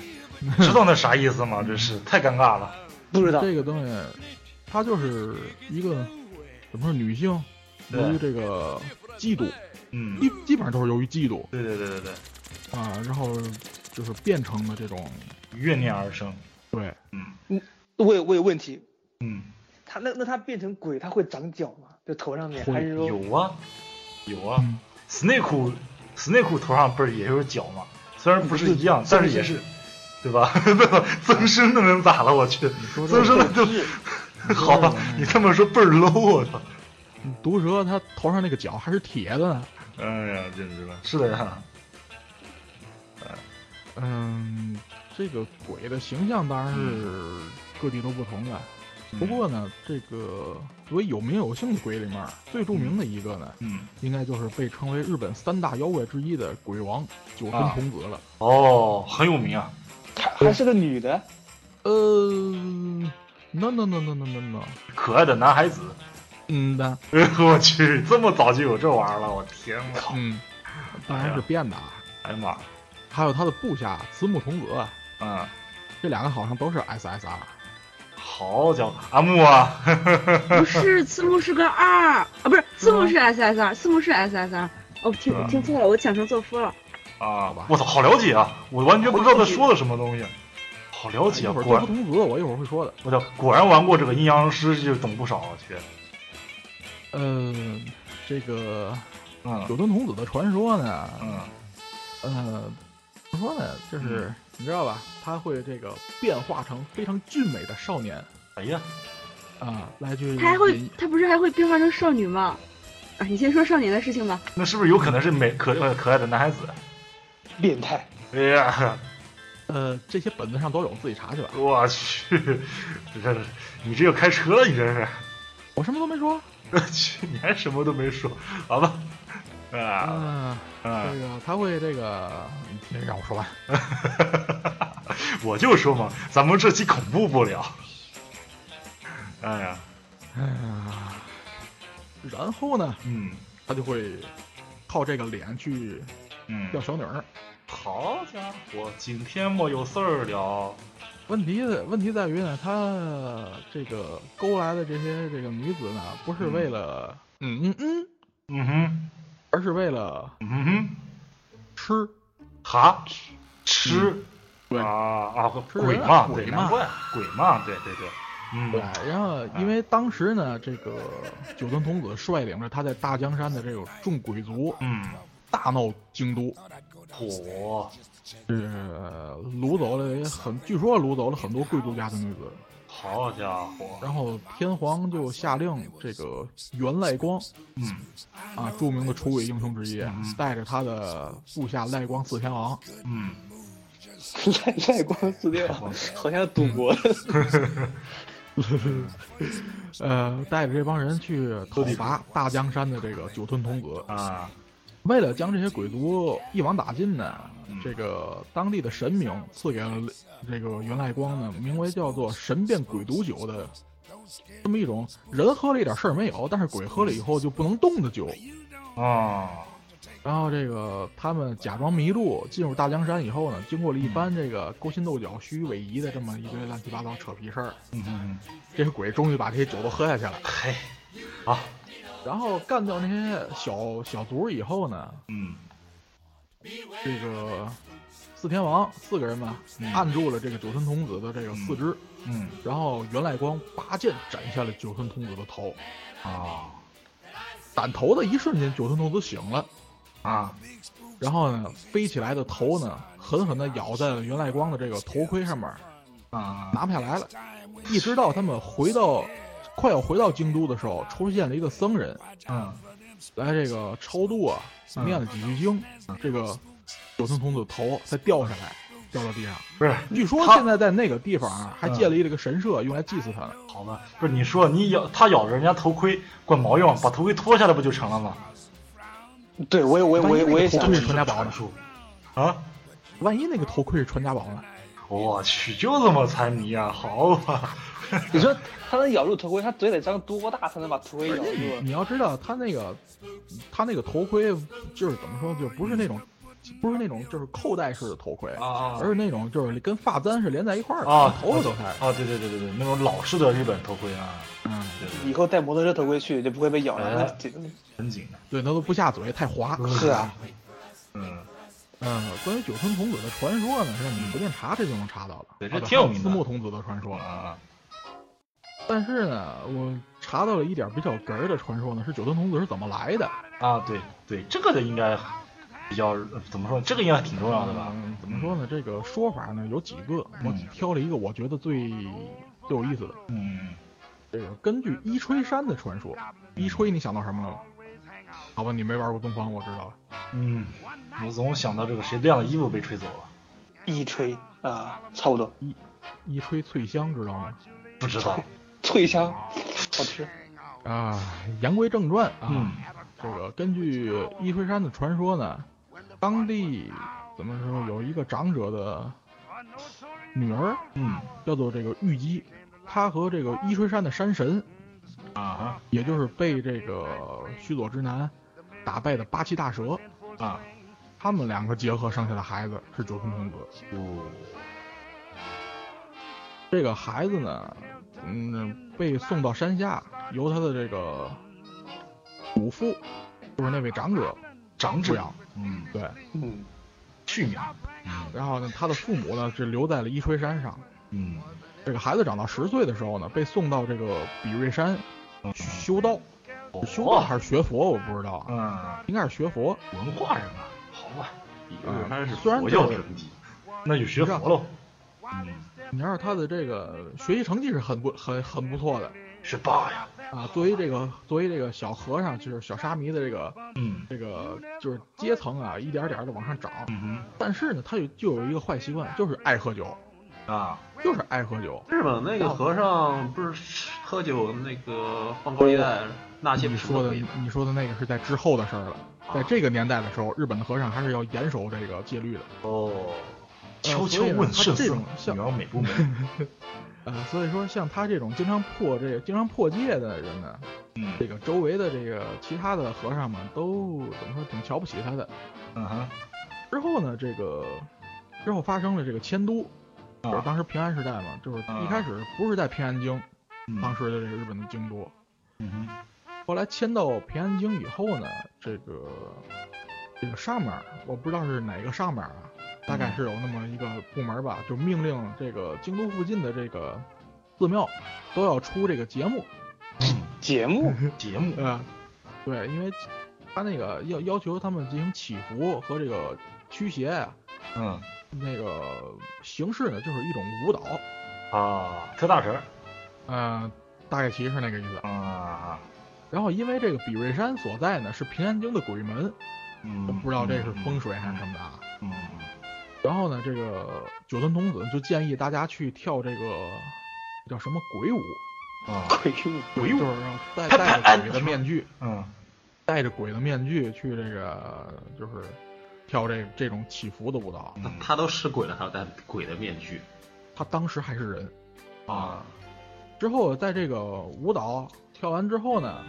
[SPEAKER 1] 知道那啥意思吗？真是太尴尬了，
[SPEAKER 3] 不知道
[SPEAKER 2] 这个东西，它就是一个怎么说女性
[SPEAKER 1] 对
[SPEAKER 2] 由于这个嫉妒，
[SPEAKER 1] 嗯，
[SPEAKER 2] 基基本上都是由于嫉妒
[SPEAKER 1] 对对对对对，
[SPEAKER 2] 啊，然后就是变成了这种
[SPEAKER 1] 怨念而生，
[SPEAKER 2] 对，
[SPEAKER 1] 嗯
[SPEAKER 3] 我有我有问题，
[SPEAKER 1] 嗯。
[SPEAKER 3] 他那那他变成鬼，他会长脚吗？就头上面
[SPEAKER 2] 会
[SPEAKER 3] 还是说
[SPEAKER 1] 有啊，有啊
[SPEAKER 2] 嗯
[SPEAKER 1] ，Snake Snake 头上不是也有角吗？虽然不是一样，但是也是，对吧？ 增生的能咋了？我去，
[SPEAKER 2] 你说这
[SPEAKER 1] 增生的
[SPEAKER 2] 个
[SPEAKER 1] 就好吧？你这么说倍儿 low 啊！
[SPEAKER 2] 毒蛇它头上那个角还是铁的呢。
[SPEAKER 1] 哎呀，真是的，是的呀，
[SPEAKER 2] 嗯，这个鬼的形象当然是各地都不同的。不过呢，这个作为有名有姓的鬼里面，最著名的一个呢，
[SPEAKER 1] 嗯，
[SPEAKER 2] 应该就是被称为日本三大妖怪之一的鬼王九尊
[SPEAKER 1] 啊
[SPEAKER 2] 童子了。
[SPEAKER 1] 哦，很有名啊，
[SPEAKER 3] 还还是个女的？
[SPEAKER 2] 呃，no no no no no no no，
[SPEAKER 1] 可爱的男孩子。
[SPEAKER 2] 嗯的，
[SPEAKER 1] 哎我去，这么早就有这玩意儿了，我天呐！
[SPEAKER 2] 嗯，当然是变的啊。
[SPEAKER 1] 哎呀妈呀，
[SPEAKER 2] 还有他的部下慈木童子，啊
[SPEAKER 1] 嗯，
[SPEAKER 2] 这两个好像都是 SSR。
[SPEAKER 1] 好家伙，阿木啊，
[SPEAKER 4] 不是，字幕是个二啊，不是，字幕是 SSR，字幕是 SSR。哦，听
[SPEAKER 1] 是吧
[SPEAKER 4] 听错了，我抢成作夫了。
[SPEAKER 1] 啊
[SPEAKER 2] 吧，
[SPEAKER 1] 我操，好了解啊，我完全不知道他说的什么东西，好了
[SPEAKER 2] 哎一
[SPEAKER 1] 解啊，
[SPEAKER 2] 会儿
[SPEAKER 1] 果
[SPEAKER 2] 九
[SPEAKER 1] 然
[SPEAKER 2] 尊童子，我一会儿会说的。
[SPEAKER 1] 我操，果然玩过这个阴阳师就懂不少啊，去，
[SPEAKER 2] 嗯，这个
[SPEAKER 1] 嗯
[SPEAKER 2] 九尊童子的传说呢，
[SPEAKER 1] 嗯
[SPEAKER 2] 呃，怎么说呢，就是、你知道吧，他会这个变化成非常俊美的少年
[SPEAKER 1] 哎呀，
[SPEAKER 2] 啊、来去
[SPEAKER 4] 他还会
[SPEAKER 2] 引，
[SPEAKER 4] 他不是还会变化成少女吗？啊，你先说少年的事情吧。
[SPEAKER 1] 那是不是有可能是美可呃可爱的男孩子？
[SPEAKER 3] 变态，
[SPEAKER 1] 哎呀，
[SPEAKER 2] 呃，这些本子上都有，自己查去吧。
[SPEAKER 1] 我去，这是你这又开车了，你这是，
[SPEAKER 2] 我什么都没说，
[SPEAKER 1] 我去，你还什么都没说，好吧，啊
[SPEAKER 2] 嗯，
[SPEAKER 1] 啊
[SPEAKER 2] 这！个他会这个，你让我说完。
[SPEAKER 1] 我就说嘛，咱们这期恐怖不了。哎呀，
[SPEAKER 2] 哎呀，然后呢，
[SPEAKER 1] 嗯
[SPEAKER 2] 他就会靠这个脸去
[SPEAKER 1] 嗯
[SPEAKER 2] 钓，小女儿。
[SPEAKER 1] 好家伙，今天没有事儿了。
[SPEAKER 2] 问题问题在于呢，他这个勾来的这些这个女子呢，不是为了嗯嗯嗯，
[SPEAKER 1] 嗯哼，
[SPEAKER 2] 而是为了
[SPEAKER 1] 嗯哼，
[SPEAKER 2] 吃。
[SPEAKER 1] 哈，吃，
[SPEAKER 2] 对
[SPEAKER 1] 啊啊，
[SPEAKER 2] 吃
[SPEAKER 1] 鬼
[SPEAKER 2] 人
[SPEAKER 1] 嘛，
[SPEAKER 2] 鬼
[SPEAKER 1] 对，
[SPEAKER 2] 嘛
[SPEAKER 1] 难怪鬼嘛，对对对，嗯，
[SPEAKER 2] 对，然后因为当时呢，这个九尊童子率领着他在大江山的这种众鬼族
[SPEAKER 1] 嗯，
[SPEAKER 2] 大闹京都，
[SPEAKER 1] 火，
[SPEAKER 2] 是呃掳走了很，据说掳走了很多贵族家的女子。
[SPEAKER 1] 好家伙，
[SPEAKER 2] 然后天皇就下令，这个源赖光
[SPEAKER 1] 嗯
[SPEAKER 2] 啊，著名的出轨英雄之一，带着他的部下赖光四天王，
[SPEAKER 1] 嗯，
[SPEAKER 3] 赖赖光四六好像赌博的，
[SPEAKER 2] 呃，带着这帮人去讨伐大江山的这个九吞童子。
[SPEAKER 1] 啊，
[SPEAKER 2] 为了将这些鬼族一网打尽呢，这个当地的神明赐给了这个源赖光呢，名为叫做“神变鬼毒酒”的这么一种人喝了一点事儿没有，但是鬼喝了以后就不能动的酒。
[SPEAKER 1] 啊，
[SPEAKER 2] 然后这个他们假装迷路进入大江山以后呢，经过了一番这个勾心斗角、虚与委蛇的这么一堆乱七八糟扯皮事儿，
[SPEAKER 1] 嗯嗯，
[SPEAKER 2] 这些鬼终于把这些酒都喝下去了。
[SPEAKER 1] 嘿，啊，
[SPEAKER 2] 然后干掉那些小小卒以后呢，
[SPEAKER 1] 嗯
[SPEAKER 2] 这个四天王四个人吧，按住了这个九吞童子的这个四肢，
[SPEAKER 1] 嗯，
[SPEAKER 2] 然后源赖光拔剑斩下了九吞童子的头。
[SPEAKER 1] 啊
[SPEAKER 2] 斩头的一瞬间，九吞童子醒了，
[SPEAKER 1] 啊，
[SPEAKER 2] 然后呢，飞起来的头呢，狠狠地咬在了源赖光的这个头盔上面，
[SPEAKER 1] 啊，
[SPEAKER 2] 拿不下来了。一直到他们回到快要回到京都的时候，出现了一个僧人
[SPEAKER 1] 嗯
[SPEAKER 2] 来这个超度啊，
[SPEAKER 1] 嗯
[SPEAKER 2] 念了几句经，这个九吞童子头才掉下来，掉到地上。
[SPEAKER 1] 不是，
[SPEAKER 2] 据说
[SPEAKER 1] 他嗯
[SPEAKER 2] 现在在那个地方啊，还建立了一个神社，用来祭祀他呢。
[SPEAKER 1] 好吧，不是你说你咬他咬着人家头盔，管毛用？把头盔脱下来不就成了吗？
[SPEAKER 3] 对我也我也我也我也想
[SPEAKER 2] 万一那个头
[SPEAKER 1] 这
[SPEAKER 2] 盔是传家宝
[SPEAKER 1] 传
[SPEAKER 2] 呢？
[SPEAKER 1] 说啊！
[SPEAKER 2] 万一那个头盔是传家宝呢？
[SPEAKER 1] 我去，就这么财迷啊！好吧，
[SPEAKER 3] 你说他能咬住头盔，他嘴得张多大才能把头盔咬住啊？
[SPEAKER 2] 你要知道，他那个他那个头盔就是怎么说，就不是那种不是那种就是扣带式的头盔，
[SPEAKER 1] 啊啊
[SPEAKER 2] 而是那种就是跟发簪是连在一块儿的，
[SPEAKER 1] 啊，
[SPEAKER 2] 头发都开。
[SPEAKER 1] 啊，对对对对对，那种老式的日本头盔啊，
[SPEAKER 2] 嗯，
[SPEAKER 1] 对对对，
[SPEAKER 3] 以后戴摩托车头盔去就不会被咬了。
[SPEAKER 1] 哎很紧的。
[SPEAKER 2] 对，他都不下嘴，太滑。
[SPEAKER 3] 是啊，
[SPEAKER 1] 嗯，
[SPEAKER 2] 嗯，关于九吞童子的传说呢，是你随便查这就能查到了。
[SPEAKER 1] 对这
[SPEAKER 2] 啊
[SPEAKER 1] 挺有
[SPEAKER 2] 还
[SPEAKER 1] 名的
[SPEAKER 2] 四目童子的传说
[SPEAKER 1] 啊。啊
[SPEAKER 2] 但是呢，我查到了一点比较哏儿的传说呢，是九吞童子是怎么来的？
[SPEAKER 1] 啊，对对，这个就应该比较呃怎么说呢？这个应该挺重要的吧？
[SPEAKER 2] 嗯，怎么说呢？这个说法呢有几个，我
[SPEAKER 1] 嗯
[SPEAKER 2] 挑了一个我觉得最最有意思的。
[SPEAKER 1] 嗯，
[SPEAKER 2] 这个根据伊吹山的传说，伊吹你想到什么了吗？好吧，你没玩过东方，我知道了。
[SPEAKER 1] 嗯，我总想到这个谁晾的衣服被吹走了，
[SPEAKER 3] 一吹啊，差不多。
[SPEAKER 2] 伊吹翠香知道吗？
[SPEAKER 1] 不知道。
[SPEAKER 3] 脆香，好吃。
[SPEAKER 2] 啊，言归正传啊，
[SPEAKER 1] 嗯
[SPEAKER 2] 这个根据伊吹山的传说呢，当地怎么说有一个长者的女儿
[SPEAKER 1] 嗯
[SPEAKER 2] 叫做这个玉姬，她和这个伊吹山的山神，
[SPEAKER 1] 啊
[SPEAKER 2] 也就是被这个须佐之男打败的八岐大蛇，
[SPEAKER 1] 哈啊，
[SPEAKER 2] 他们两个结合生下的孩子是九吞童子。
[SPEAKER 1] 哦，
[SPEAKER 2] 这个孩子呢，嗯，被送到山下，由他的这个祖父，就是那位长者
[SPEAKER 1] 长
[SPEAKER 2] 抚
[SPEAKER 1] 者
[SPEAKER 2] 养。
[SPEAKER 1] 嗯，
[SPEAKER 2] 对，
[SPEAKER 3] 嗯，
[SPEAKER 1] 去年，嗯
[SPEAKER 2] 然后呢，他的父母呢是留在了伊吹山上。
[SPEAKER 1] 嗯
[SPEAKER 2] 这个孩子长到十岁的时候呢，被送到这个比瑞山
[SPEAKER 1] 嗯，
[SPEAKER 2] 去修道，
[SPEAKER 1] 哦
[SPEAKER 2] 修道还是学佛，我不知道啊，
[SPEAKER 1] 嗯，
[SPEAKER 2] 应该是学佛。
[SPEAKER 1] 文化人啊，好吧，
[SPEAKER 2] 啊
[SPEAKER 6] 他是
[SPEAKER 2] 虽然
[SPEAKER 6] 佛
[SPEAKER 2] 这
[SPEAKER 6] 教
[SPEAKER 2] 个
[SPEAKER 6] 圣地，
[SPEAKER 1] 那就学佛喽。嗯，
[SPEAKER 2] 你要是他的这个学习成绩是很不很很不错的
[SPEAKER 1] 学霸呀。
[SPEAKER 2] 啊，作为这个作为这个小和尚，就是小沙弥的这个
[SPEAKER 1] 嗯
[SPEAKER 2] 这个就是阶层啊，一点点的往上涨。
[SPEAKER 1] 嗯
[SPEAKER 2] 但是呢，他有就有一个坏习惯，就是爱喝酒，
[SPEAKER 1] 哼啊，
[SPEAKER 2] 就是爱喝酒。
[SPEAKER 6] 日本那个和尚不是喝酒那个放高利贷那些
[SPEAKER 2] 你
[SPEAKER 6] 不是
[SPEAKER 2] 说的
[SPEAKER 6] 可以吗？
[SPEAKER 2] 你说的那个是在之后的事儿了，在
[SPEAKER 1] 啊
[SPEAKER 2] 这个年代的时候，日本的和尚还是要严守这个戒律的。
[SPEAKER 1] 哦，
[SPEAKER 2] 呃
[SPEAKER 1] 悄悄
[SPEAKER 2] 所以呢
[SPEAKER 1] 问
[SPEAKER 2] 他
[SPEAKER 1] 圣
[SPEAKER 2] 这
[SPEAKER 1] 僧
[SPEAKER 2] 种，像
[SPEAKER 1] 女儿美不 美？
[SPEAKER 2] 呃，所以说像他这种经常破这个、经常破戒的人呢，
[SPEAKER 1] 嗯
[SPEAKER 2] 这个周围的这个其他的和尚们都怎么说，挺瞧不起他的。
[SPEAKER 1] 嗯哼，
[SPEAKER 2] 之后呢，这个之后发生了这个迁都，就是
[SPEAKER 1] 啊，
[SPEAKER 2] 当时平安时代嘛，就是一开始不是在平安京，
[SPEAKER 1] 嗯
[SPEAKER 2] 当时的这个日本的京都，
[SPEAKER 1] 嗯哼
[SPEAKER 2] 后来迁到平安京以后呢，这个这个上面儿我不知道是哪个上面儿啊，大概
[SPEAKER 1] 嗯
[SPEAKER 2] 是有那么一个部门儿吧，就命令这个京都附近的这个寺庙都要出这个节目，
[SPEAKER 3] 节目
[SPEAKER 1] 节目
[SPEAKER 2] 呃，对，因为他那个要要求他们进行祈福和这个驱邪啊，
[SPEAKER 1] 嗯
[SPEAKER 2] 那个形式呢就是一种舞蹈，
[SPEAKER 1] 啊，跳大神儿
[SPEAKER 2] 呃，大概其实是那个意思。
[SPEAKER 1] 啊，
[SPEAKER 2] 然后因为这个比瑞山所在呢是平安京的鬼门，
[SPEAKER 1] 嗯
[SPEAKER 2] 我，不知道这是风水还是什么的啊。
[SPEAKER 1] 嗯，
[SPEAKER 2] 然后呢，这个酒吞童子就建议大家去跳这个叫什么鬼舞，
[SPEAKER 1] 嗯啊，
[SPEAKER 3] 鬼畜，
[SPEAKER 2] 鬼舞就是要戴戴着鬼的面具，
[SPEAKER 1] 嗯
[SPEAKER 2] 戴着鬼的面具去这个就是跳这这种祈福的舞蹈。
[SPEAKER 1] 嗯
[SPEAKER 6] 他都是鬼了，还要戴鬼的面 具
[SPEAKER 2] 他当时还是人，
[SPEAKER 1] 啊，
[SPEAKER 2] 之后在这个舞蹈跳完之后呢，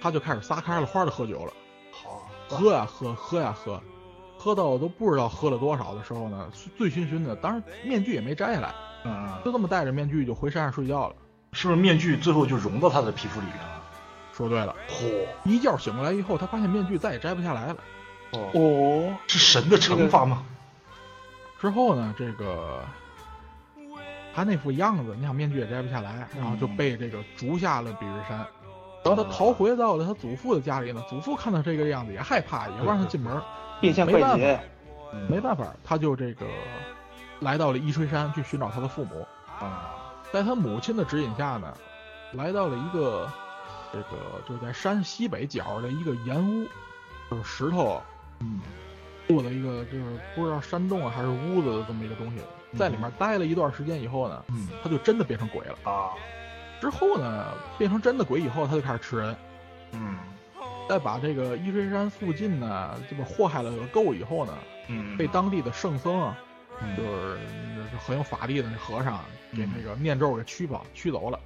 [SPEAKER 2] 他就开始撒开了花的喝酒了，
[SPEAKER 1] 好，
[SPEAKER 2] 喝呀喝，喝呀喝，喝到都不知道喝了多少的时候呢，醉醺醺的，当然面具也没摘下来，
[SPEAKER 1] 嗯，
[SPEAKER 2] 就这么戴着面具就回山上睡觉了。
[SPEAKER 1] 是不是面具最后就融到他的皮肤里面了？
[SPEAKER 2] 说对了，
[SPEAKER 1] 嚯，
[SPEAKER 2] 一觉醒过来以后，他发现面具再也摘不下来了。
[SPEAKER 1] 哦，
[SPEAKER 3] 哦，
[SPEAKER 1] 是神的惩罚吗？
[SPEAKER 2] 之后呢，这个他那副样子，你想面具也摘不下来，然后就被这个逐下了比日山。然后他逃回到了他祖父的家里呢，祖父看到这个样子也害怕，也不让他进门。
[SPEAKER 3] 变相
[SPEAKER 2] 没
[SPEAKER 3] 快
[SPEAKER 2] 办
[SPEAKER 3] 捷，
[SPEAKER 1] 嗯
[SPEAKER 2] 没办法，他就这个来到了伊吹山去寻找他的父母，
[SPEAKER 1] 啊，
[SPEAKER 2] 在他母亲的指引下呢，来到了一个这个就是在山西北角的一个岩屋，就是石头
[SPEAKER 1] 嗯
[SPEAKER 2] 做的一个就是不知道山洞啊还是屋子的这么一个东西，在里面待了一段时间以后呢，
[SPEAKER 1] 嗯
[SPEAKER 2] 他就真的变成鬼了。
[SPEAKER 1] 啊，
[SPEAKER 2] 之后呢，变成真的鬼以后，他就开始吃人，
[SPEAKER 1] 嗯
[SPEAKER 2] 再把这个伊吹山附近呢这么祸害了个够以后呢，
[SPEAKER 1] 嗯，
[SPEAKER 2] 被当地的圣僧啊
[SPEAKER 1] 嗯
[SPEAKER 2] 就是很有法力的那和尚啊给那个念咒给驱跑驱走了。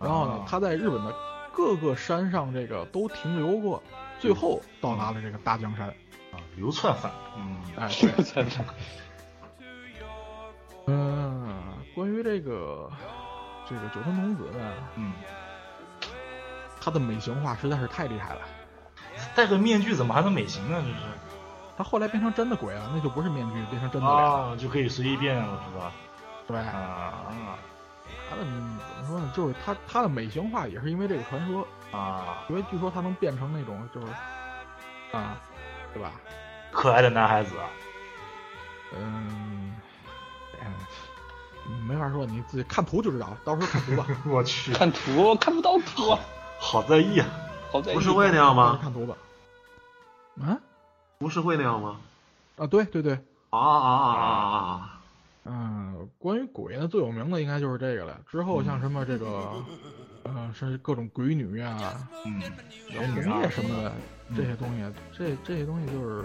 [SPEAKER 2] 然后呢
[SPEAKER 1] 啊，
[SPEAKER 2] 他在日本的各个山上这个都停留过，最后到达了这个大江山。
[SPEAKER 1] 啊流窜犯，嗯
[SPEAKER 2] 哎，对
[SPEAKER 3] 又在那
[SPEAKER 2] 嗯，关于这个这个九吞童子呢，
[SPEAKER 1] 嗯，
[SPEAKER 2] 他的美型化实在是太厉害了。
[SPEAKER 1] 戴个面具怎么还能美型呢？这是。
[SPEAKER 2] 他后来变成真的鬼啊，那就不是面具，变成真的了。
[SPEAKER 1] 啊，就可以随意变了，是吧？
[SPEAKER 2] 对，
[SPEAKER 1] 啊啊
[SPEAKER 2] 他的嗯怎么说呢？就是他他的美型化也是因为这个传说，
[SPEAKER 1] 啊！
[SPEAKER 2] 因为据说他能变成那种就是啊，对吧？
[SPEAKER 1] 可爱的男孩子 啊，
[SPEAKER 2] 嗯，嗯没法说，你自己看图就知道，到时候看图吧，
[SPEAKER 1] 我去，
[SPEAKER 3] 看图，我看不到图，
[SPEAKER 1] 好在意啊！
[SPEAKER 3] 好在
[SPEAKER 6] 不是
[SPEAKER 3] 意
[SPEAKER 6] 会那
[SPEAKER 2] 到
[SPEAKER 6] 样
[SPEAKER 2] 时候
[SPEAKER 6] 吗？
[SPEAKER 2] 看图吧。啊
[SPEAKER 6] 不是会那样吗？
[SPEAKER 2] 啊，对对对，
[SPEAKER 6] 啊啊啊啊啊啊！
[SPEAKER 2] 嗯，关于鬼呢，最有名的应该就是这个了。之后像什么这个，呃，是各种鬼女啊、
[SPEAKER 1] 嗯，
[SPEAKER 2] 小红叶什么的这些东西，这这些东西就是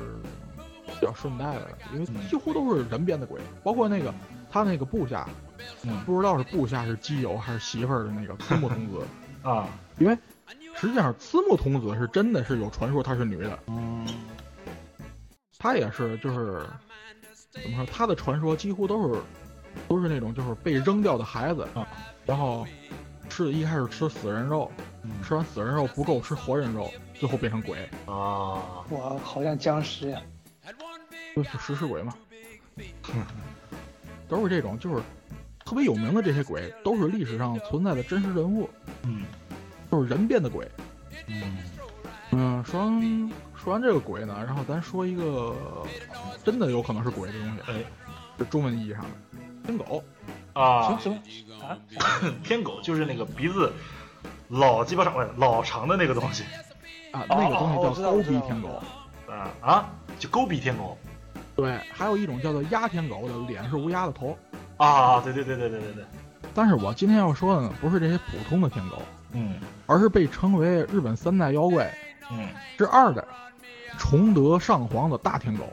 [SPEAKER 2] 比较顺带的，因为几乎都是人变的鬼，包括那个他那个部下，
[SPEAKER 1] 嗯
[SPEAKER 2] 不知道是部下是基友还是媳妇儿的那个枯木童子。
[SPEAKER 1] 啊，
[SPEAKER 2] 因为实际上慈木童子是真的是有传说她是女的，她也是就是怎么说，她的传说几乎都是都是那种就是被扔掉的孩子，
[SPEAKER 1] 啊
[SPEAKER 2] 然后吃一开始吃死人肉，
[SPEAKER 1] 嗯
[SPEAKER 2] 吃完死人肉不够吃活人肉，最后变成鬼，
[SPEAKER 1] 啊，
[SPEAKER 3] 哇，好像僵尸呀，
[SPEAKER 2] 就是食尸鬼嘛，都是这种就是特别有名的这些鬼都是历史上存在的真实人物，
[SPEAKER 1] 嗯
[SPEAKER 2] 就是人变的鬼。
[SPEAKER 1] 嗯
[SPEAKER 2] 嗯，说完说完这个鬼呢，然后咱说一个真的有可能是鬼的东西，
[SPEAKER 1] 哎
[SPEAKER 2] 是中文意义上的天狗。
[SPEAKER 1] 啊
[SPEAKER 3] 行，什么啊？
[SPEAKER 1] 天狗就是那个鼻子老鸡巴长，喂老长的那个东西
[SPEAKER 2] 啊，那个
[SPEAKER 3] 哦哦我
[SPEAKER 2] 东西
[SPEAKER 3] 知
[SPEAKER 2] 叫
[SPEAKER 3] 道
[SPEAKER 2] 勾
[SPEAKER 3] 我知
[SPEAKER 2] 鼻
[SPEAKER 3] 道
[SPEAKER 2] 天
[SPEAKER 3] 我知
[SPEAKER 2] 狗
[SPEAKER 3] 道，
[SPEAKER 1] 啊啊，就勾鼻天狗
[SPEAKER 2] 对，还有一种叫做鸦天狗的，脸是乌鸦的头。
[SPEAKER 1] 啊，对对对对对对对，
[SPEAKER 2] 但是我今天要说的呢，不是这些普通的天狗，
[SPEAKER 1] 嗯
[SPEAKER 2] 而是被称为日本三大妖怪
[SPEAKER 1] 嗯
[SPEAKER 2] 之二的崇德上皇的大天狗。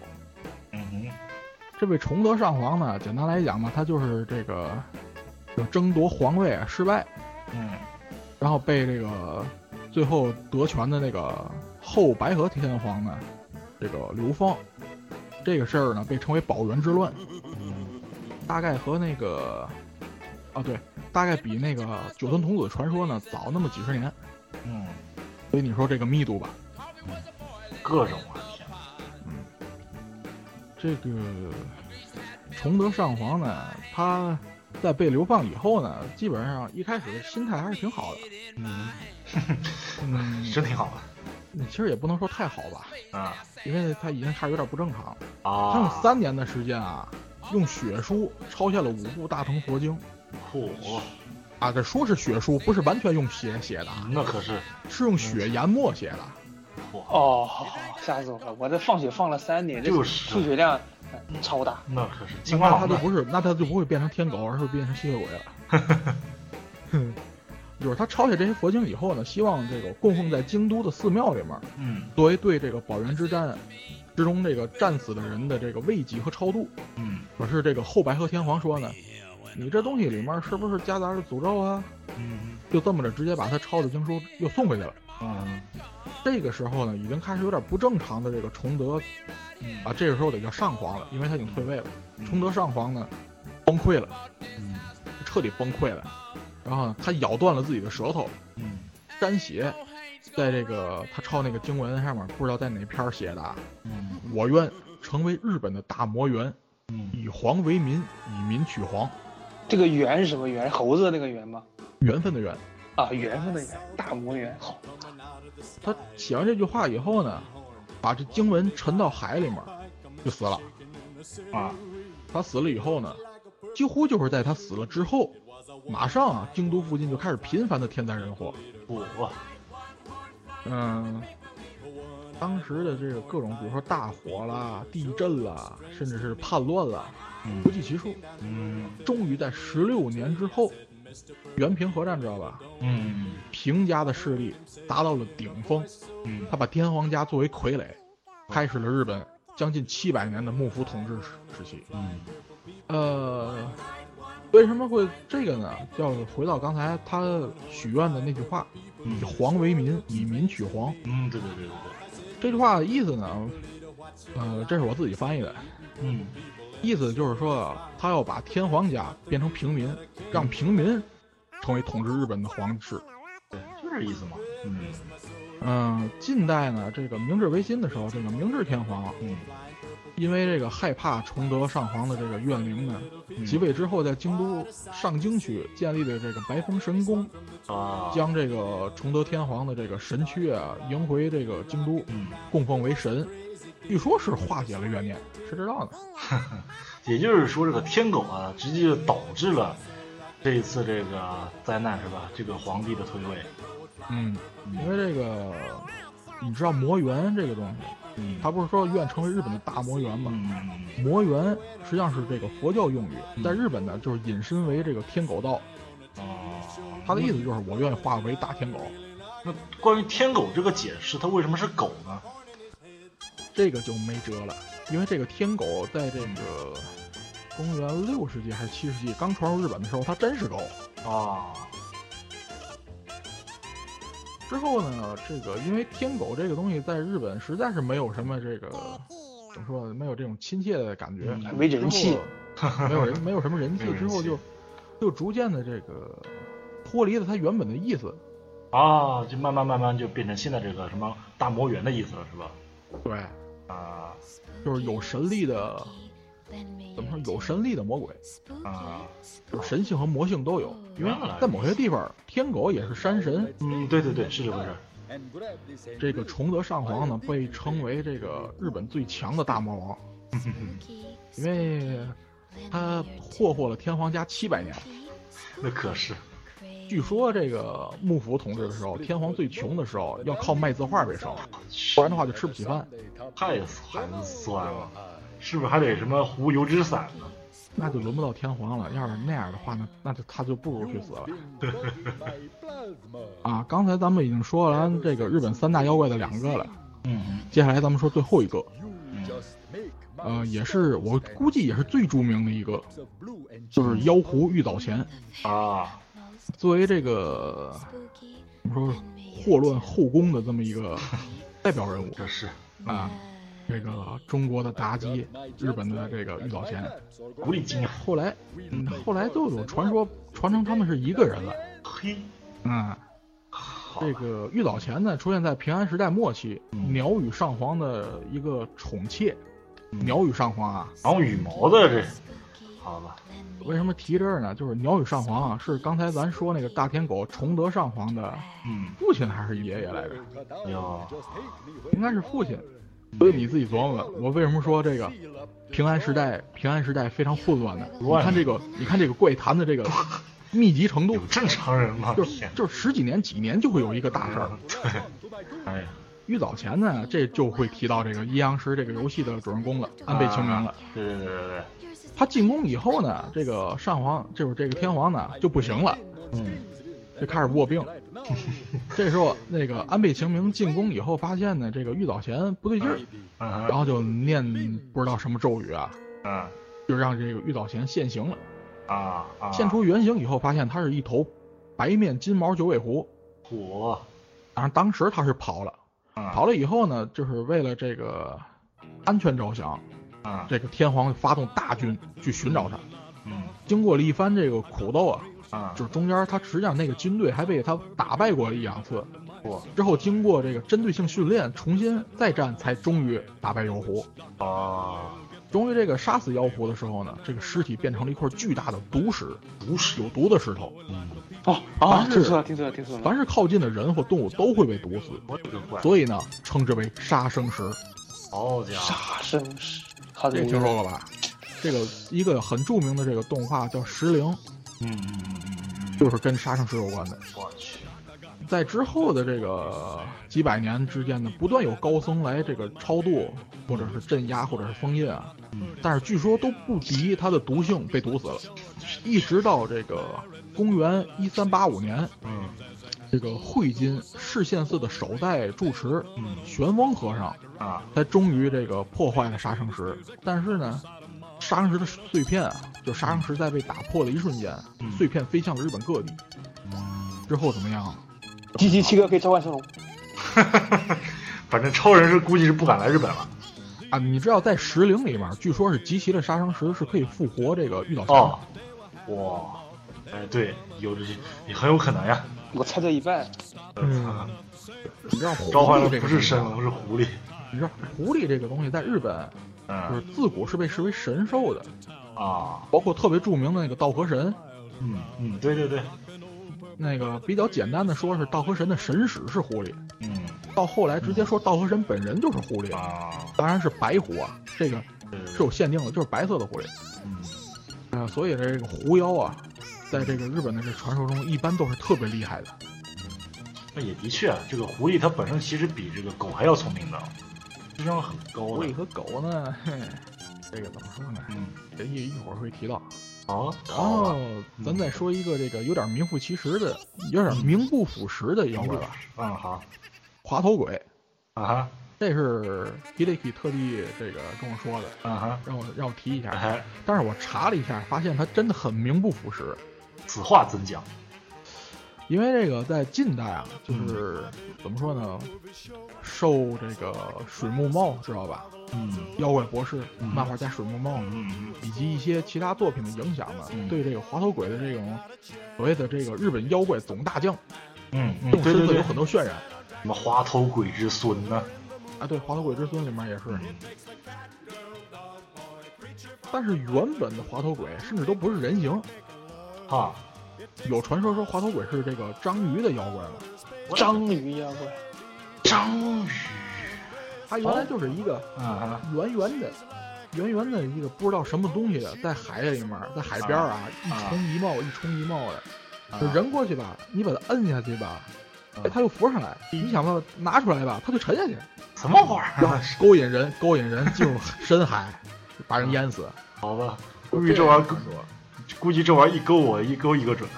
[SPEAKER 1] 嗯哼，
[SPEAKER 2] 这位崇德上皇呢，简单来讲呢，他就是这个就争夺皇位啊失败，
[SPEAKER 1] 嗯
[SPEAKER 2] 然后被这个最后得权的那个后白河天皇呢，这个流放，这个事儿呢被称为保元之乱，
[SPEAKER 1] 嗯
[SPEAKER 2] 大概和那个啊对，大概比那个九吞童子传说呢早那么几十年，
[SPEAKER 1] 嗯，
[SPEAKER 2] 所以你说这个密度吧，
[SPEAKER 1] 各种啊，天哪，
[SPEAKER 2] 这个崇德上皇呢，他在被流放以后呢，基本上一开始心态还是挺好的，
[SPEAKER 1] 嗯，
[SPEAKER 2] 嗯，
[SPEAKER 1] 真挺好的。
[SPEAKER 2] 其实也不能说太好吧，
[SPEAKER 1] 啊
[SPEAKER 2] 因为他已经开始有点不正常了。他用
[SPEAKER 1] 啊，
[SPEAKER 2] 三年的时间啊，用血书抄下了五部大乘佛经
[SPEAKER 1] 嚯、
[SPEAKER 2] 啊，这说是血书，不是完全用血写的，啊，
[SPEAKER 1] 那可是
[SPEAKER 2] 是用血研墨写
[SPEAKER 1] 嗯
[SPEAKER 2] 的。
[SPEAKER 1] 嚯，
[SPEAKER 3] 哦，吓死我了！我这放血放了三年，这
[SPEAKER 1] 就是
[SPEAKER 3] 数学量呃超大。
[SPEAKER 1] 那可是金光
[SPEAKER 2] 那他
[SPEAKER 1] 老
[SPEAKER 2] 就
[SPEAKER 1] 呢，
[SPEAKER 2] 不是，那他就不会变成天狗，而是变成吸血鬼了。 哼 就是他抄下这些佛经以后呢，希望这个供奉在京都的寺庙里面，
[SPEAKER 1] 嗯
[SPEAKER 2] 作为对这个保元之战之中这个战死的人的这个慰藉和超度。
[SPEAKER 1] 嗯
[SPEAKER 2] 可是这个后白河天皇说呢，你这东西里面是不是夹杂着诅咒啊？
[SPEAKER 1] 嗯
[SPEAKER 2] 就这么着直接把他抄的经书又送回去了。
[SPEAKER 1] 嗯
[SPEAKER 2] 这个时候呢，已经开始有点不正常的这个崇德
[SPEAKER 1] 嗯
[SPEAKER 2] 啊，这个时候得叫上皇了，因为他已经退位了。
[SPEAKER 1] 嗯
[SPEAKER 2] 崇德上皇呢，崩溃了，
[SPEAKER 1] 嗯
[SPEAKER 2] 彻底崩溃了。然后呢，他咬断了自己的舌头，
[SPEAKER 1] 嗯
[SPEAKER 2] 沾血，在这个他抄那个经文上面，不知道在哪篇儿写的啊，
[SPEAKER 1] 嗯
[SPEAKER 2] 我愿成为日本的大魔猿，
[SPEAKER 1] 嗯
[SPEAKER 2] 以皇为民，以民取皇，
[SPEAKER 3] 这个猿是什么猿？猴子的那个猿吗？
[SPEAKER 2] 缘分的缘。
[SPEAKER 3] 啊，缘分的缘，大魔猿。好，
[SPEAKER 2] 他写完这句话以后呢，把这经文沉到海里面，就死了。
[SPEAKER 1] 啊，
[SPEAKER 2] 他死了以后呢，几乎就是在他死了之后，马上啊，京都附近就开始频繁的天灾人祸。
[SPEAKER 1] 嚯，
[SPEAKER 2] 嗯，当时的这个各种，比如说大火啦、地震啦，甚至是叛乱啦，
[SPEAKER 1] 嗯
[SPEAKER 2] 不计其数。
[SPEAKER 1] 嗯
[SPEAKER 2] 终于在十六年之后，原平和战知道吧？
[SPEAKER 1] 嗯
[SPEAKER 2] 平家的势力达到了顶峰，
[SPEAKER 1] 嗯
[SPEAKER 2] 他把天皇家作为傀儡，开始了日本将近七百年的幕府统治时时期。
[SPEAKER 1] 嗯
[SPEAKER 2] 呃，为什么会这个呢？要回到刚才他许愿的那句话：“
[SPEAKER 1] 嗯
[SPEAKER 2] 以皇为民，以民取皇。
[SPEAKER 1] 嗯，对对对对对，”
[SPEAKER 2] 这句话的意思呢，呃，这是我自己翻译的，
[SPEAKER 1] 嗯
[SPEAKER 2] 意思就是说啊，他要把天皇家变成平民，让平民成为统治日本的皇室。
[SPEAKER 1] 对，就这意思嘛，嗯
[SPEAKER 2] 嗯、近代呢，这个明治维新的时候，这个明治天皇啊
[SPEAKER 1] 嗯
[SPEAKER 2] 因为这个害怕崇德上皇的这个怨灵呢，
[SPEAKER 1] 嗯
[SPEAKER 2] 即位之后，在京都上京区建立的这个白峰神宫，
[SPEAKER 1] 啊，
[SPEAKER 2] 将这个崇德天皇的这个神躯啊迎回这个京都，
[SPEAKER 1] 嗯，
[SPEAKER 2] 供奉为神，据说是化解了怨念，谁知道呢？
[SPEAKER 1] 也就是说这个天狗啊，直接就导致了这一次这个灾难是吧？这个皇帝的退位，
[SPEAKER 2] 嗯，因
[SPEAKER 1] 嗯
[SPEAKER 2] 为这个你知道魔猿这个东西，
[SPEAKER 1] 嗯
[SPEAKER 2] 他不是说愿成为日本的大魔猿吗？
[SPEAKER 1] 嗯嗯
[SPEAKER 2] 魔猿实际上是这个佛教用语，
[SPEAKER 1] 嗯
[SPEAKER 2] 在日本呢就是引申为这个天狗道，
[SPEAKER 1] 嗯啊，
[SPEAKER 2] 他的意思就是我愿意化为大天狗。
[SPEAKER 1] 那关于天狗这个解释，它为什么是狗呢？
[SPEAKER 2] 这个就没辙了，因为这个天狗在这个公元六世纪还是七世纪刚传入日本的时候，它真是狗。
[SPEAKER 1] 啊，
[SPEAKER 2] 之后呢，这个因为天狗这个东西在日本实在是没有什么这个怎么说呢，没有这种亲切的感觉，
[SPEAKER 1] 嗯
[SPEAKER 3] 没人气，
[SPEAKER 2] 没有人没有什么人气
[SPEAKER 1] 没有，人
[SPEAKER 2] 之后
[SPEAKER 1] 气
[SPEAKER 2] 就就逐渐的这个脱离了它原本的意思。
[SPEAKER 1] 啊，就慢慢慢慢就变成现在这个什么大魔猿的意思了，是吧？
[SPEAKER 2] 对，
[SPEAKER 1] 啊
[SPEAKER 2] 就是有神力的，怎么说有神力的魔鬼，
[SPEAKER 1] 啊，
[SPEAKER 2] 就是神性和魔性都有。因为在某些地方，天狗也是山神，
[SPEAKER 1] 嗯，对对对，是这回事儿。
[SPEAKER 2] 这个崇德上皇呢，被称为这个日本最强的大魔王， 因为他霍霍了天皇家七百年。
[SPEAKER 1] 那可是，
[SPEAKER 2] 据说这个幕府统治的时候，天皇最穷的时候要靠卖字画为生，不然的话就吃不起饭，
[SPEAKER 1] 太寒酸了，是不是还得什么糊油纸伞呢？
[SPEAKER 2] 那就轮不到天皇了。要是那样的话呢，那就他就不如去死 了。啊，刚才咱们已经说完这个日本三大妖怪的两个了，
[SPEAKER 1] 嗯
[SPEAKER 2] 接下来咱们说最后一个，呃，也是我估计也是最著名的一个，就是
[SPEAKER 1] 嗯
[SPEAKER 2] 妖狐玉藻前。
[SPEAKER 1] 啊，
[SPEAKER 2] 作为这个怎么说祸乱后宫的这么一个代表人物
[SPEAKER 1] 这是
[SPEAKER 2] 啊，这个中国的妲己，日本的这个玉藻前，
[SPEAKER 1] 狐狸精啊，
[SPEAKER 2] 后来嗯后来都有传说传承他们是一个人了，
[SPEAKER 1] 嘿，
[SPEAKER 2] 嗯。
[SPEAKER 1] 好嗯吧
[SPEAKER 2] 这个玉藻前呢，出现在平安时代末期，鸟羽上皇的一个宠妾。
[SPEAKER 1] 嗯
[SPEAKER 2] 鸟羽上皇啊，
[SPEAKER 1] 长羽毛的这，好吧，
[SPEAKER 2] 为什么提这儿呢？就是鸟羽上皇啊，是刚才咱说那个大天狗崇德上皇的
[SPEAKER 1] 嗯，
[SPEAKER 2] 父亲还是爷爷
[SPEAKER 1] 哎
[SPEAKER 2] 来着？
[SPEAKER 1] 哟，
[SPEAKER 2] 应该是父亲。所以你自己琢磨吧，我为什么说这个平安时代？平安时代非常混乱的。你看这个，你看这个怪谈的这个密集程度
[SPEAKER 1] 有，正常人吗？
[SPEAKER 2] 就
[SPEAKER 1] 天，
[SPEAKER 2] 就是十几年、几年就会有一个大事儿。
[SPEAKER 1] 哎呀，
[SPEAKER 2] 玉藻前呢，这就会提到这个阴阳师这个游戏的主人公了，安倍晴明了。
[SPEAKER 1] 啊对对对对
[SPEAKER 2] 他进宫以后呢，这个上皇就是这个天皇呢就不行了，
[SPEAKER 1] 对，嗯，
[SPEAKER 2] 就开始 卧病。这时候那个安倍晴明进宫以后，发现呢这个玉藻前不对劲儿，
[SPEAKER 1] 嗯
[SPEAKER 2] 然
[SPEAKER 1] 哼
[SPEAKER 2] 后就念不知道什么咒语啊，
[SPEAKER 1] 嗯
[SPEAKER 2] 就让这个玉藻前现形了。
[SPEAKER 1] 啊啊，
[SPEAKER 2] 现出原形以后，发现他是一头白面金毛九尾狐，
[SPEAKER 1] 火，嗯
[SPEAKER 2] 当然当时他是跑了，
[SPEAKER 1] 好
[SPEAKER 2] 跑了以后呢，就是为了这个安全着想，
[SPEAKER 1] 啊，
[SPEAKER 2] 这个天皇发动大军去寻找他。
[SPEAKER 1] 嗯
[SPEAKER 2] 经过了一番这个苦斗啊，
[SPEAKER 1] 啊，
[SPEAKER 2] 就是中间他实际上那个军队还被他打败过一两次，
[SPEAKER 1] 火，
[SPEAKER 2] 之后经过这个针对性训练，重新再战，才终于打败妖狐。
[SPEAKER 1] 哦，
[SPEAKER 2] 终于这个杀死妖狐的时候呢，这个尸体变成了一块巨大的毒石，
[SPEAKER 1] 不是
[SPEAKER 2] 有毒的石头，
[SPEAKER 3] 哦哦
[SPEAKER 2] 凡，是
[SPEAKER 3] 听错了，听错了，听错了。
[SPEAKER 2] 凡是靠近的人或动物都会被毒死，
[SPEAKER 1] 我这个怪，
[SPEAKER 2] 所以呢，称之为杀生石。
[SPEAKER 1] 好家伙，
[SPEAKER 3] 杀生石，好的，
[SPEAKER 2] 这听说过吧？这个一个很著名的这个动画叫《石灵》，
[SPEAKER 1] 嗯嗯嗯嗯嗯，
[SPEAKER 2] 就是跟杀生石有关的。
[SPEAKER 1] 我去，
[SPEAKER 2] 在之后的这个几百年之间呢，不断有高僧来这个超度，或者是镇压，或者是封印啊。但是据说都不敌它的毒性，被毒死了。一直到这个公元一三八五年，
[SPEAKER 1] 嗯
[SPEAKER 2] 这个慧金释宪寺的首代住持
[SPEAKER 1] 嗯
[SPEAKER 2] 玄翁和尚，
[SPEAKER 1] 啊，
[SPEAKER 2] 他终于这个破坏了杀生石。但是呢，杀生石的碎片啊，就杀生石在被打破的一瞬间，
[SPEAKER 1] 嗯
[SPEAKER 2] 碎片飞向了日本各地。之后怎么样啊？
[SPEAKER 3] 集齐七个可以召唤圣龙。
[SPEAKER 1] 反正超人是估计是不敢来日本了。
[SPEAKER 2] 啊，你知道在石灵里面，据说是集齐了杀生石是可以复活这个玉藻前的
[SPEAKER 1] 哦，哇，哎，对，有这些也很有可能呀。
[SPEAKER 3] 我猜对一半，
[SPEAKER 2] 嗯你知道狐
[SPEAKER 1] 召唤
[SPEAKER 2] 狸
[SPEAKER 1] 的
[SPEAKER 2] 这个
[SPEAKER 1] 不
[SPEAKER 2] 东
[SPEAKER 1] 是
[SPEAKER 2] 西
[SPEAKER 1] 神
[SPEAKER 2] 啊
[SPEAKER 1] 龙，是狐狸。
[SPEAKER 2] 你知道狐狸这个东西在日本就是
[SPEAKER 1] 嗯
[SPEAKER 2] 自古是被视为神兽的，
[SPEAKER 1] 啊，
[SPEAKER 2] 包括特别著名的那个稻荷神。
[SPEAKER 1] 嗯嗯，对对对，
[SPEAKER 2] 那个比较简单的说是稻荷神的神使是狐狸，
[SPEAKER 1] 嗯
[SPEAKER 2] 到后来直接说稻荷神本人就是狐狸，
[SPEAKER 1] 啊，
[SPEAKER 2] 当然是白狐啊，这个
[SPEAKER 1] 对对
[SPEAKER 2] 是
[SPEAKER 1] 对
[SPEAKER 2] 有限定的，就是白色的狐狸。
[SPEAKER 1] 嗯
[SPEAKER 2] 啊，所以这个狐妖啊，在这个日本的这传说中一般都是特别厉害的。
[SPEAKER 1] 那也的确，啊这个狐狸它本身其实比这个狗还要聪明的，智商很高
[SPEAKER 2] 狐狸
[SPEAKER 1] 的。
[SPEAKER 2] 和狗呢，嘿，这个怎么说呢？
[SPEAKER 1] 嗯，哦
[SPEAKER 2] 这一一会儿会提到。
[SPEAKER 1] 好，
[SPEAKER 2] 然
[SPEAKER 1] 好
[SPEAKER 2] 后
[SPEAKER 1] 吧嗯
[SPEAKER 2] 咱再说一个这个有点名副其实的，有点名不副实的妖怪吧，
[SPEAKER 1] 嗯好
[SPEAKER 2] 滑头鬼。
[SPEAKER 1] 啊哈
[SPEAKER 2] 这是 h i d e k i 特地这个跟我说的，
[SPEAKER 1] 啊哈，
[SPEAKER 2] 让我让我提一下。
[SPEAKER 1] 哎，
[SPEAKER 2] 但是我查了一下，发现它真的很名不副实，
[SPEAKER 1] 此话怎讲？
[SPEAKER 2] 因为这个在近代啊，
[SPEAKER 1] 嗯
[SPEAKER 2] 就是怎么说呢，受这个水木茂知道吧，
[SPEAKER 1] 嗯
[SPEAKER 2] 妖怪博士、
[SPEAKER 1] 嗯
[SPEAKER 2] 漫画家水木茂
[SPEAKER 1] 嗯
[SPEAKER 2] 以及一些其他作品的影响呢，
[SPEAKER 1] 嗯
[SPEAKER 2] 对这个滑头鬼的这种所谓的这个日本妖怪总大将
[SPEAKER 1] 嗯嗯，
[SPEAKER 2] 这种
[SPEAKER 1] 对
[SPEAKER 2] 身
[SPEAKER 1] 对
[SPEAKER 2] 份有
[SPEAKER 1] 对，
[SPEAKER 2] 很多渲染
[SPEAKER 1] 什么花头鬼之孙呢？
[SPEAKER 2] 啊。对，滑头鬼之孙里面也是，
[SPEAKER 1] 嗯
[SPEAKER 2] 但是原本的滑头鬼甚至都不是人形，
[SPEAKER 1] 哈，
[SPEAKER 2] 有传说说滑头鬼是这个章鱼的妖怪嘛，
[SPEAKER 3] 章鱼妖怪，
[SPEAKER 1] 章鱼
[SPEAKER 2] 它原来就是一个
[SPEAKER 1] 啊哈。
[SPEAKER 2] 圆圆的。圆圆的一个不知道什么东西，在海里面，在海边啊，一冲一冒，一冲一冒的，
[SPEAKER 1] 啊
[SPEAKER 2] 就人过去吧，你把它摁下去吧，哎，它又浮上来，你想办法拿出来吧，它就沉下去，
[SPEAKER 1] 什么玩意
[SPEAKER 2] 然后
[SPEAKER 1] 儿？啊
[SPEAKER 2] 勾引人，勾引人进入深海， 把人淹死。
[SPEAKER 1] 好吧，估计这玩意儿
[SPEAKER 2] 样传说。
[SPEAKER 1] 估计这玩意儿一勾我一勾一个准。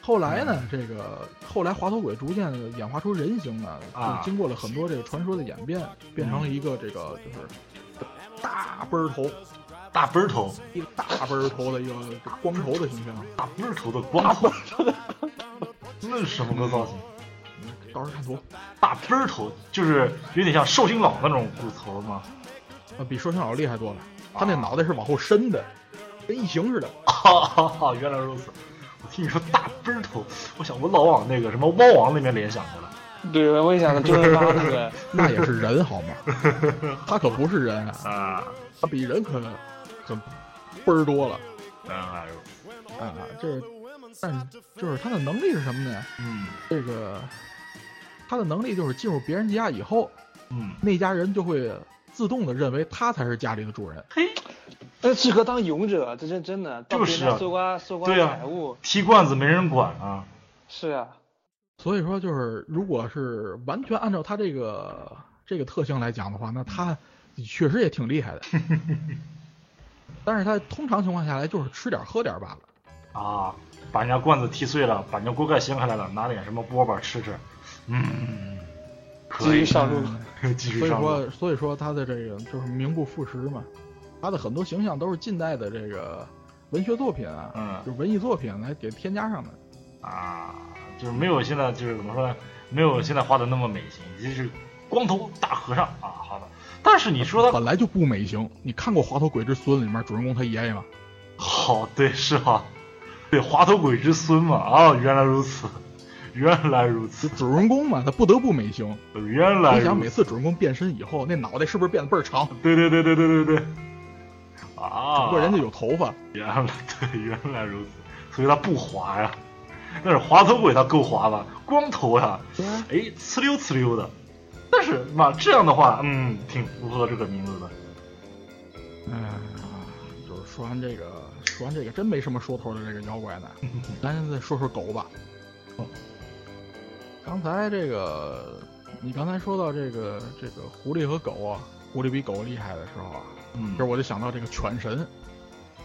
[SPEAKER 2] 后来呢，这个后来滑头鬼逐渐演化出人形呢，
[SPEAKER 1] 啊
[SPEAKER 2] 就经过了很多这个传说的演变，变成了一个这个就是大奔儿头、
[SPEAKER 1] 大奔头，
[SPEAKER 2] 一个大奔儿头的一个光头的形象。
[SPEAKER 1] 大奔头的瓜子，那是什么个造型？
[SPEAKER 2] 嗯到时候看图，
[SPEAKER 1] 大奔头就是有点像寿星佬那种骨头 吗？
[SPEAKER 2] 啊，比说相老厉害多了。他那脑袋是往后伸的，跟异形似的。
[SPEAKER 1] 哦，原来如此。我听你说大奔头，我想我老往那个什么猫王那边联想去了。
[SPEAKER 3] 对，我也 想的就是他那个，
[SPEAKER 2] 那也是人好 吗？他可不是人啊，
[SPEAKER 1] 啊，
[SPEAKER 2] 他比人可可倍儿多了
[SPEAKER 1] 原来如此。
[SPEAKER 2] 啊！这，但是就是他的能力是什么呢？
[SPEAKER 1] 嗯
[SPEAKER 2] 这个他的能力就是进入别人家以后，
[SPEAKER 1] 嗯，
[SPEAKER 2] 那家人就会自动的认为他才是家里的主人。
[SPEAKER 1] 嘿，
[SPEAKER 3] 那适合当勇者，啊这是真的。到别人家搜刮搜刮
[SPEAKER 1] 对啊
[SPEAKER 3] 财物，
[SPEAKER 1] 踢罐子没人管啊。
[SPEAKER 3] 是啊，
[SPEAKER 2] 所以说，就是如果是完全按照他这个这个特性来讲的话，那他确实也挺 厉害的。但是他通常情况下来就是吃点儿喝点儿罢了。
[SPEAKER 1] 啊，把人家罐子踢碎了，把人家锅盖掀开来了，拿点什么饽饽吃吃。嗯，
[SPEAKER 3] 继
[SPEAKER 1] 可以嗯
[SPEAKER 3] 续上路。
[SPEAKER 1] 继续
[SPEAKER 2] 所以
[SPEAKER 1] 上路。
[SPEAKER 2] 说，所以说他的这个就是名不副实嘛，他的很多形象都是近代的这个文学作品啊，
[SPEAKER 1] 嗯
[SPEAKER 2] 就是文艺作品来给添加上的。
[SPEAKER 1] 啊，就是没有现在就是怎么说呢？没有现在画的那么美型，就是光头大和尚啊，好的。但是你 说他
[SPEAKER 2] 本来就不美型，你看过《滑头鬼之孙》里面主人公他爷爷吗？
[SPEAKER 1] 好，对，是哈， 对，滑头鬼之孙嘛，啊，原来如此，原来如此，
[SPEAKER 2] 主人公嘛，他不得不美型。
[SPEAKER 1] 原来
[SPEAKER 2] 你想，
[SPEAKER 1] 如
[SPEAKER 2] 每
[SPEAKER 1] 此，
[SPEAKER 2] 次主人公变身以后，那脑袋是不是变得倍儿长？
[SPEAKER 1] 对对对对对对对，
[SPEAKER 2] 只
[SPEAKER 1] 啊，
[SPEAKER 2] 不过人家有头发，
[SPEAKER 1] 原来对，原来如此，所以他不滑呀。但是滑头鬼他够滑吧？光头呀，哎，呲溜呲溜的。但是嘛，这样的话，嗯，挺符合这个名字的。
[SPEAKER 2] 哎，就是说完这个，说完这个真没什么说头的这个妖怪呢。咱现在说说狗吧。刚才这个，你刚才说到这个这个狐狸和狗啊，狐狸比狗厉害的时候啊，
[SPEAKER 1] 嗯
[SPEAKER 2] 这我就想到这个犬神，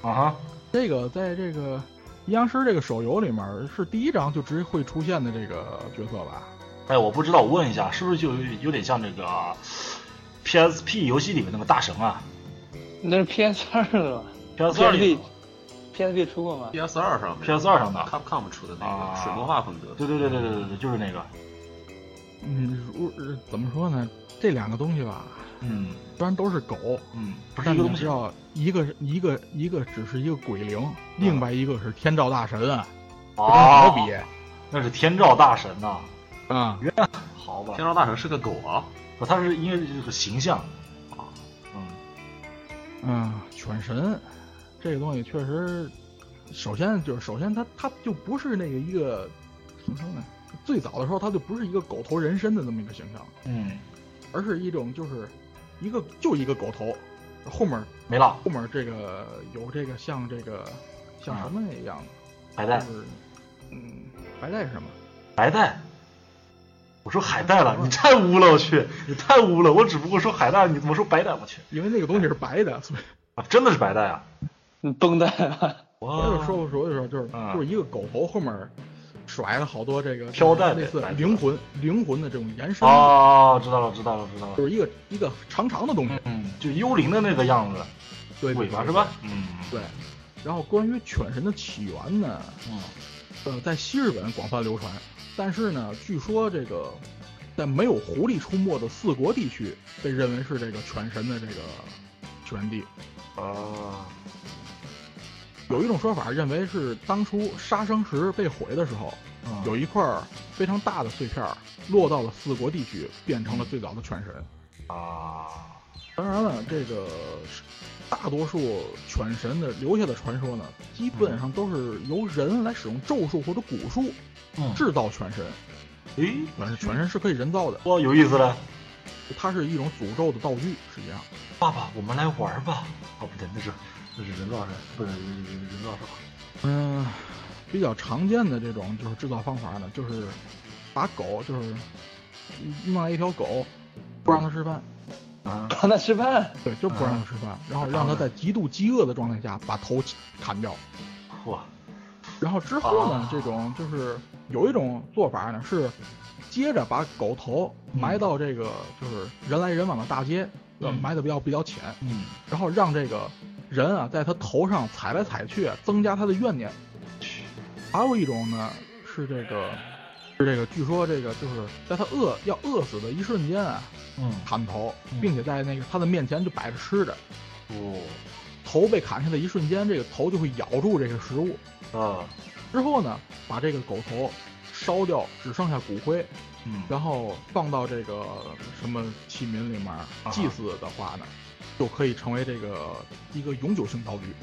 [SPEAKER 1] 啊哈，
[SPEAKER 2] 这个在这个阴阳师这个手游里面是第一章就直接会出现的这个角色吧？
[SPEAKER 1] 哎，我不知道，我问一下，是不是就有有点像这个 PSP 游戏里面那个大神啊
[SPEAKER 3] 那是 PS 二 的吧
[SPEAKER 1] ？PS 二里
[SPEAKER 3] ？PSP PSP 出过吗？
[SPEAKER 6] PS 二上面
[SPEAKER 1] PS 二上的
[SPEAKER 6] Capcom 出的那
[SPEAKER 1] 啊
[SPEAKER 6] 个水墨画风格，
[SPEAKER 1] 对对对对对对对，就是那个。
[SPEAKER 2] 嗯，如呃怎么说呢？这两个东西吧，
[SPEAKER 1] 嗯
[SPEAKER 2] 虽然都是狗，
[SPEAKER 1] 嗯，嗯不是
[SPEAKER 2] 但
[SPEAKER 1] 一
[SPEAKER 2] 你
[SPEAKER 1] 个东西
[SPEAKER 2] 知。道，一个是一个一个只是一个鬼灵，另外一个是天照大神啊，这跟什
[SPEAKER 1] 啊
[SPEAKER 2] 么，比
[SPEAKER 1] 那是天照大神呐、
[SPEAKER 2] 啊？
[SPEAKER 1] 好吧
[SPEAKER 6] 天，照大神是个狗啊，
[SPEAKER 1] 不他是因为这个形象啊，嗯。
[SPEAKER 2] 嗯，犬神这个东西确实，首先就是首先它它就不是那个一个怎么说呢？最早的时候它就不是一个狗头人身的这么一个形象，
[SPEAKER 1] 嗯，
[SPEAKER 2] 而是一种就是一个就一个狗头，后面
[SPEAKER 1] 没了，
[SPEAKER 2] 后面这个有这个像这个像什么那样
[SPEAKER 1] 海
[SPEAKER 2] 的，
[SPEAKER 1] 带
[SPEAKER 2] 就，是嗯白带是什么？
[SPEAKER 1] 白带。我说海带了，你太污了，我去，你太污了。我只不过说海带，你怎么说白带？我去，
[SPEAKER 2] 因为那个东西是白的，所以
[SPEAKER 1] 啊，真的是白带啊！
[SPEAKER 3] 你绷带啊！
[SPEAKER 1] 我
[SPEAKER 2] 我就说不说就说就是
[SPEAKER 1] 哦啊
[SPEAKER 2] 就是一个狗头后面甩了好多这个
[SPEAKER 1] 飘带的
[SPEAKER 2] 类似
[SPEAKER 1] 白色
[SPEAKER 2] 灵魂灵魂的这种延伸，
[SPEAKER 1] 哦，知道了，知道了，知道了
[SPEAKER 2] 就。是一个一个长长的东西，
[SPEAKER 1] 嗯，就幽灵的那个样子，
[SPEAKER 2] 对
[SPEAKER 1] 尾巴是？吧？嗯
[SPEAKER 2] 对对。对然后关于犬神的起源呢，
[SPEAKER 1] 嗯
[SPEAKER 2] 呃，在西日本广泛流传，但是呢，据说这个在没有狐狸出没的四国地区，被认为是这个犬神的这个起源地。
[SPEAKER 1] 啊，
[SPEAKER 2] 有一种说法认为是当初杀生石被毁的时候，
[SPEAKER 1] 嗯
[SPEAKER 2] 有一块儿非常大的碎片儿落到了四国地区，变成了最早的犬神。
[SPEAKER 1] 啊，
[SPEAKER 2] 当然了，这个是大多数犬神的留下的传说呢，基本上都是由人来使用咒术或者蛊术
[SPEAKER 1] 嗯
[SPEAKER 2] 制造犬神，
[SPEAKER 1] 诶，
[SPEAKER 2] 但是犬神是可以人造的，
[SPEAKER 1] 哇，有意思了。
[SPEAKER 2] 它是一种诅咒的道具，实际上。
[SPEAKER 1] 爸爸，我们来玩吧。哦，不对，那是那是人造人，不是人人人造兽。
[SPEAKER 2] 嗯、比较常见的这种就是制造方法呢，就是把狗就是弄来一条狗，不让它吃饭，
[SPEAKER 1] 啊
[SPEAKER 3] 让他吃饭，
[SPEAKER 2] 对，就不让它吃饭，然后让它在极度饥饿的状态下把头砍掉。
[SPEAKER 1] 哇，
[SPEAKER 2] 然后之后呢，这种就是有一种做法呢是，接着把狗头埋到这个就是人来人往的大街，呃
[SPEAKER 1] 嗯
[SPEAKER 2] 埋的比较比较浅，
[SPEAKER 1] 嗯，
[SPEAKER 2] 然后让这个人啊在他头上踩来踩去，增加他的怨念。还有一种呢是这个是这个，据说这个就是在他饿要饿死的一瞬间啊，
[SPEAKER 1] 嗯，
[SPEAKER 2] 砍头
[SPEAKER 1] 嗯，
[SPEAKER 2] 并且在那个他的面前就摆着吃的，
[SPEAKER 1] 哦，
[SPEAKER 2] 头被砍下的一瞬间，这个头就会咬住这个食物。
[SPEAKER 1] 啊，
[SPEAKER 2] 之后呢，把这个狗头烧掉，只剩下骨灰，
[SPEAKER 1] 嗯，
[SPEAKER 2] 然后放到这个什么器皿里面祭祀的话呢，就可以成为这个一个永久性道具。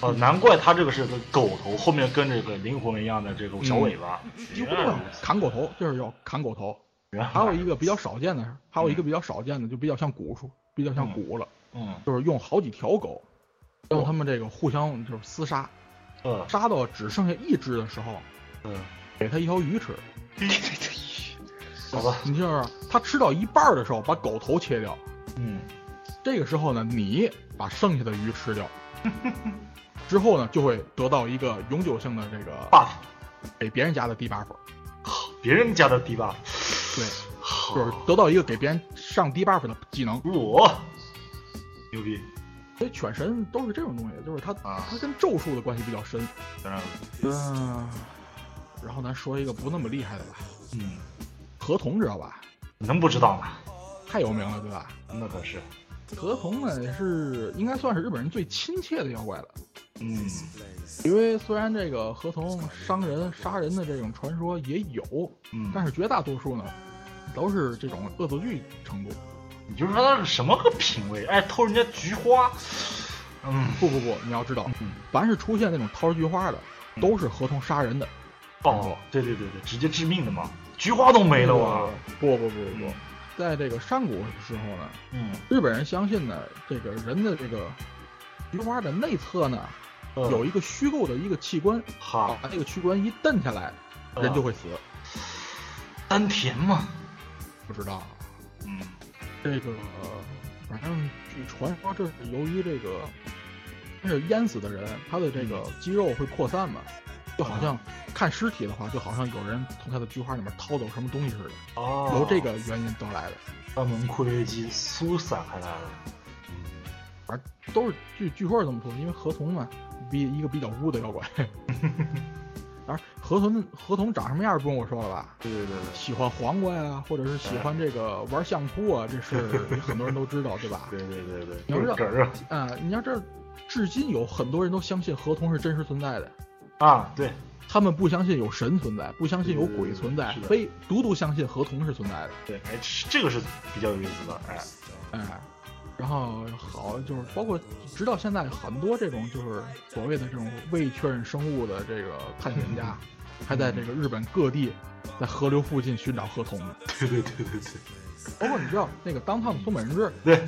[SPEAKER 1] 哦，难怪他这个是个狗头，后面跟这个灵魂一样的这个小尾巴。
[SPEAKER 2] 几乎
[SPEAKER 1] 原来如此
[SPEAKER 2] 砍狗头就是要砍狗头，
[SPEAKER 1] 原来嗯
[SPEAKER 2] 还有一个比较少见的，还有一个比较少见的就比较像蛊术，比较像蛊了，
[SPEAKER 1] 嗯
[SPEAKER 2] 就是用好几条狗，让他们这个互相就是厮杀，
[SPEAKER 1] 呃
[SPEAKER 2] 杀到只剩下一只的时候，
[SPEAKER 1] 嗯，
[SPEAKER 2] 给它一条鱼吃。
[SPEAKER 1] 好吧，
[SPEAKER 2] 你就是它吃到一半儿的时候，把狗头切掉，
[SPEAKER 1] 嗯
[SPEAKER 2] 这个时候呢，你把剩下的鱼吃掉，之后呢，就会得到一个永久性的这个
[SPEAKER 1] ，buff，
[SPEAKER 2] 给别人家的 D buff，
[SPEAKER 1] 别人家的 D buff，
[SPEAKER 2] 对，
[SPEAKER 1] 好
[SPEAKER 2] 就是得到一个给别人上 D buff 的技能。
[SPEAKER 1] 我牛逼，
[SPEAKER 2] 所以犬神都是这种东西，就是它
[SPEAKER 1] 啊
[SPEAKER 2] 它跟咒术的关系比较深。
[SPEAKER 1] 当然，
[SPEAKER 2] 嗯，然后咱说一个不那么厉害的吧，
[SPEAKER 1] 嗯，
[SPEAKER 2] 合同知道吧？
[SPEAKER 1] 能不知道吗？
[SPEAKER 2] 太有名了，对吧？
[SPEAKER 1] 那可是，
[SPEAKER 2] 合同呢也是应该算是日本人最亲切的妖怪了。
[SPEAKER 1] 嗯
[SPEAKER 2] 因为虽然这个合同伤人杀人的这种传说也有，
[SPEAKER 1] 嗯，
[SPEAKER 2] 但是绝大多数呢都是这种恶作剧程度。
[SPEAKER 1] 你就说他是什么个品味，爱偷人家菊花，嗯，
[SPEAKER 2] 不不不，你要知道，凡是出现那种掏菊花的，都是合同杀人的。
[SPEAKER 1] 哦，对对对对，直接致命的嘛，菊花都没了啊哇，
[SPEAKER 2] 不不不不不，嗯在这个山谷的时候呢，
[SPEAKER 1] 嗯，
[SPEAKER 2] 日本人相信呢，这个人的这个菊花的内侧呢
[SPEAKER 1] 呃
[SPEAKER 2] 有一个虚构的一个器官，
[SPEAKER 1] 哈
[SPEAKER 2] 把这个器官一蹬下来，人就会死。
[SPEAKER 1] 丹田嘛，
[SPEAKER 2] 不知道。
[SPEAKER 1] 嗯
[SPEAKER 2] 这个，反正据传说，这是由于这个，但是淹死的人，他的这个肌肉会扩散嘛，就好像看尸体的话，就好像有人从他的菊花里面掏走什么东西似的，
[SPEAKER 1] 哦，
[SPEAKER 2] 由这个原因得来的。
[SPEAKER 1] 专门扩约肌苏散开来了，
[SPEAKER 2] 反正都是据据说是这么说，因为河童嘛，比一个比较污的 妖怪。啊而河童河童长什么样儿不用我说了吧？
[SPEAKER 1] 对对对
[SPEAKER 2] 喜欢黄瓜呀、或者是喜欢这个玩相扑啊，这是 很多人都知道，对吧？
[SPEAKER 1] 对对对对对，
[SPEAKER 2] 你要知道
[SPEAKER 1] 梗儿啊
[SPEAKER 2] 啊、你要这，至今有很多人都相信河童是真实存在的，
[SPEAKER 1] 啊，对，
[SPEAKER 2] 他们不相信有神存在，不相信有鬼存在，
[SPEAKER 1] 嗯是的
[SPEAKER 2] 非独独相信河童是存在的。
[SPEAKER 1] 对，哎，这个是比较有意思的，哎，
[SPEAKER 2] 哎，然后好就是包括直到现在很多这种就是所谓的这种未确认生物的这个探险家，还在这个日本各地，在河流附近寻找河童呢。
[SPEAKER 1] 对对对对对
[SPEAKER 2] 包括你知道那个当趟的松本人志，
[SPEAKER 1] 对，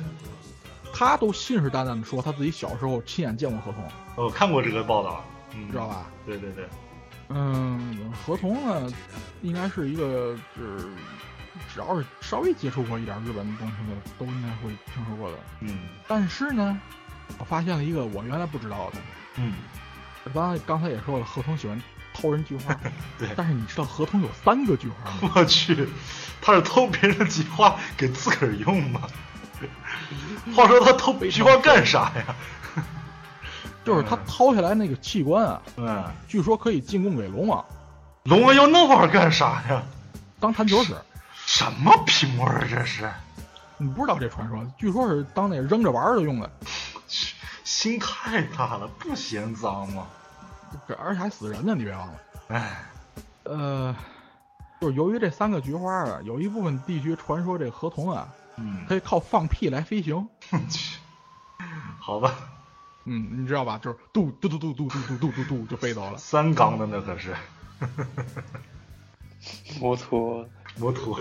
[SPEAKER 2] 他都信誓旦旦的说他自己小时候亲眼见过河童，
[SPEAKER 1] 我哦看过这个报道，嗯，
[SPEAKER 2] 知道？吧？
[SPEAKER 1] 对对对，
[SPEAKER 2] 嗯，合同呢，应该是一个就是，只要是稍微接触过一点日本的东西的，都应该会听说过的。
[SPEAKER 1] 嗯
[SPEAKER 2] 但是呢，我发现了一个我原来不知道的东西。
[SPEAKER 1] 嗯，，
[SPEAKER 2] 咱刚才也说了，合同喜欢偷人菊花
[SPEAKER 1] 对
[SPEAKER 2] 但是你知道合同有三个菊花 吗？
[SPEAKER 1] 我去，他是偷别人的菊花给自个儿用吗？话说他偷菊花干啥呀？
[SPEAKER 2] 就是他掏下来那个器官啊，
[SPEAKER 1] 嗯，
[SPEAKER 2] 据说可以进贡给龙啊王
[SPEAKER 1] 龙王要那玩意儿干啥呀？
[SPEAKER 2] 当弹球使。
[SPEAKER 1] 什么品味儿啊这是？
[SPEAKER 2] 你不知道这传说，据说是当那个扔着玩儿的用的，
[SPEAKER 1] 去心太大了，不嫌脏吗？
[SPEAKER 2] 这而且还死人呢，你别忘了。
[SPEAKER 1] 哎，
[SPEAKER 2] 呃，就是由于这三个菊花啊，有一部分地区传说这河童啊，
[SPEAKER 1] 嗯，
[SPEAKER 2] 可以靠放屁来飞行。
[SPEAKER 1] 去，好吧，
[SPEAKER 2] 嗯，你知道吧？就是嘟嘟嘟嘟嘟嘟嘟嘟嘟嘟就飞走了。
[SPEAKER 1] 三缸的那可是
[SPEAKER 3] 摩托，
[SPEAKER 1] 摩托，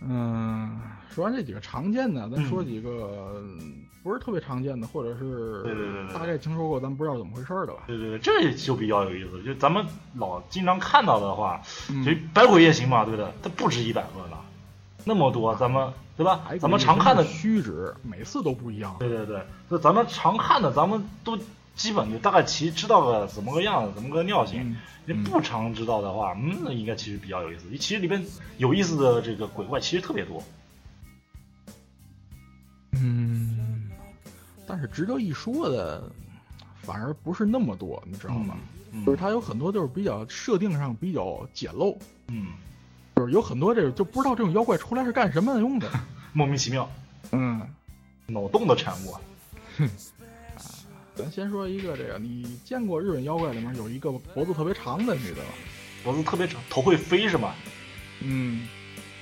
[SPEAKER 2] 嗯，说完这几个常见的，咱说几个嗯不是特别常见的，或者
[SPEAKER 1] 对对对
[SPEAKER 2] 是
[SPEAKER 1] 对
[SPEAKER 2] 大概听说过，咱不知道怎么回事儿的吧？
[SPEAKER 1] 对对对，这就比较有意思。就咱们老经常看到的话，
[SPEAKER 2] 嗯
[SPEAKER 1] 就百鬼夜行嘛，对不对？它不止一百个了，那么多，咱们对吧？咱们常看的，
[SPEAKER 2] 虚指每次都不一样。
[SPEAKER 1] 对对对，就咱们常看的，咱们都基本就大概其知道个怎么个样子，怎么个尿性。你不常知道的话，嗯，那应该其实比较有意思。其实里边有意思的这个鬼怪其实特别多。
[SPEAKER 2] 嗯，但是值得一说的，反而不是那么多，你知道吗？
[SPEAKER 1] 嗯
[SPEAKER 2] 就是它有很多就是比较设定上比较简陋，
[SPEAKER 1] 嗯，
[SPEAKER 2] 就是有很多这个就不知道这种妖怪出来是干什么 用的。
[SPEAKER 1] 莫名其妙，
[SPEAKER 2] 嗯，
[SPEAKER 1] 脑洞的产物啊。
[SPEAKER 2] 咱先说一个这个，你见过日本妖怪里面有一个脖子特别长的女的吗？
[SPEAKER 1] 脖子特别长，头会飞是吗？
[SPEAKER 2] 嗯，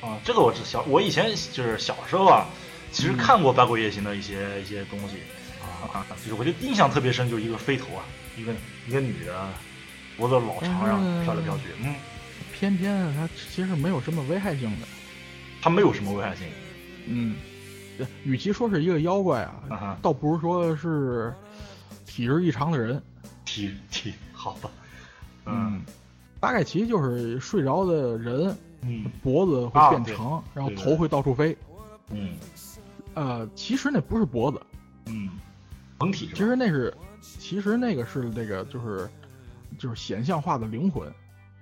[SPEAKER 1] 啊，这个我知小，我以前就是小时候啊，其实看过《百鬼夜行》的一些一些东西啊，就是我就印象特别深，就是一个飞头啊，一个一个女的，啊脖子老长，然后飘来飘去，嗯，
[SPEAKER 2] 偏偏它其实没有什么危害性的。
[SPEAKER 1] 它没有什么危害性
[SPEAKER 2] 嗯，对与其说是一个妖怪啊，
[SPEAKER 1] 啊哈，
[SPEAKER 2] 倒不如说是体质异常的人。
[SPEAKER 1] 体体好吧，嗯，
[SPEAKER 2] 大概其就是睡着的人
[SPEAKER 1] 嗯
[SPEAKER 2] 脖子会变长，然后
[SPEAKER 1] 啊对
[SPEAKER 2] 头会到处飞。
[SPEAKER 1] 嗯
[SPEAKER 2] 呃，其实那不是脖子，
[SPEAKER 1] 嗯，本体
[SPEAKER 2] 其
[SPEAKER 1] 是吧？
[SPEAKER 2] 实那是，其实那个是那个就是就是显像化的灵魂，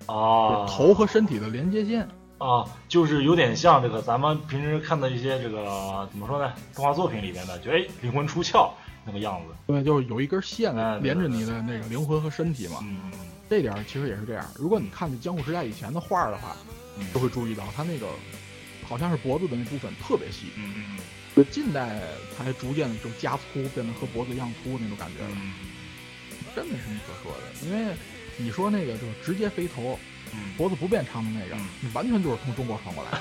[SPEAKER 1] 啊，
[SPEAKER 2] 头和身体的连接线。
[SPEAKER 1] 啊，就是有点像这个咱们平时看的一些这个怎么说呢，动画作品里面的，就哎灵魂出窍那个样子，
[SPEAKER 2] 对，就是有一根线
[SPEAKER 1] 哎对
[SPEAKER 2] 连着你的那个灵魂和身体嘛，
[SPEAKER 1] 嗯
[SPEAKER 2] 这点儿其实也是这样。如果你看那江户时代以前的画儿的话，
[SPEAKER 1] 嗯
[SPEAKER 2] 就会注意到它那个好像是脖子的那部分特别细，
[SPEAKER 1] 嗯嗯
[SPEAKER 2] 近代才逐渐的就加粗，变得和脖子一样粗那种感觉了。
[SPEAKER 1] 嗯
[SPEAKER 2] 真没什么可说的，因为你说那个就是直接飞头，
[SPEAKER 1] 嗯。
[SPEAKER 2] 脖子不变长的那个
[SPEAKER 1] 嗯，
[SPEAKER 2] 那完全就是从中国传过来的。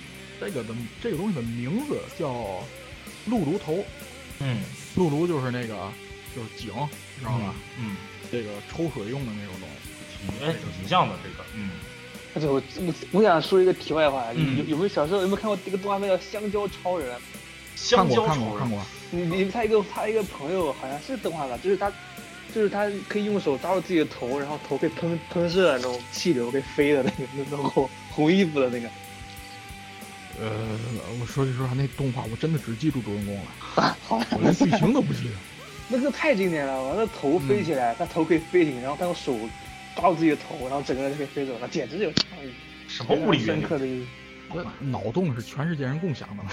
[SPEAKER 2] 这个的这个东西的名字叫鹿炉头，
[SPEAKER 1] 嗯
[SPEAKER 2] 鹿炉就是那个就是井，知道吧？
[SPEAKER 1] 嗯，
[SPEAKER 2] 这个抽水用的那种东西。
[SPEAKER 1] 挺哎挺形象的这个，嗯，
[SPEAKER 3] 对，我我我想说一个题外话，
[SPEAKER 1] 嗯
[SPEAKER 3] 有有没有小时候有没有看过一个动画片叫《香蕉超人》？
[SPEAKER 1] 香蕉
[SPEAKER 2] 看
[SPEAKER 1] 超
[SPEAKER 2] 过看过看
[SPEAKER 1] 人，
[SPEAKER 2] 过，
[SPEAKER 3] 你你他一个他一个朋友好像是动画吧，就是他，就是他可以用手抓住自己的头，然后头可以喷喷射那种气流，可以飞的那个那种红红衣服的那个。
[SPEAKER 2] 呃，我说句实话，那动画我真的只记住主人公了，
[SPEAKER 3] 啊，好吧，
[SPEAKER 2] 我连剧情都不记得。
[SPEAKER 3] 那个太经典了，完了头飞起来，他头可以飞起来，然后他用手抓住自己的头，然后整个人就可以飞走了，简直有创意，
[SPEAKER 1] 什么物理原
[SPEAKER 3] 深
[SPEAKER 1] 理？
[SPEAKER 3] 刻的一。
[SPEAKER 2] 那脑洞是全世界人共享 的嘛？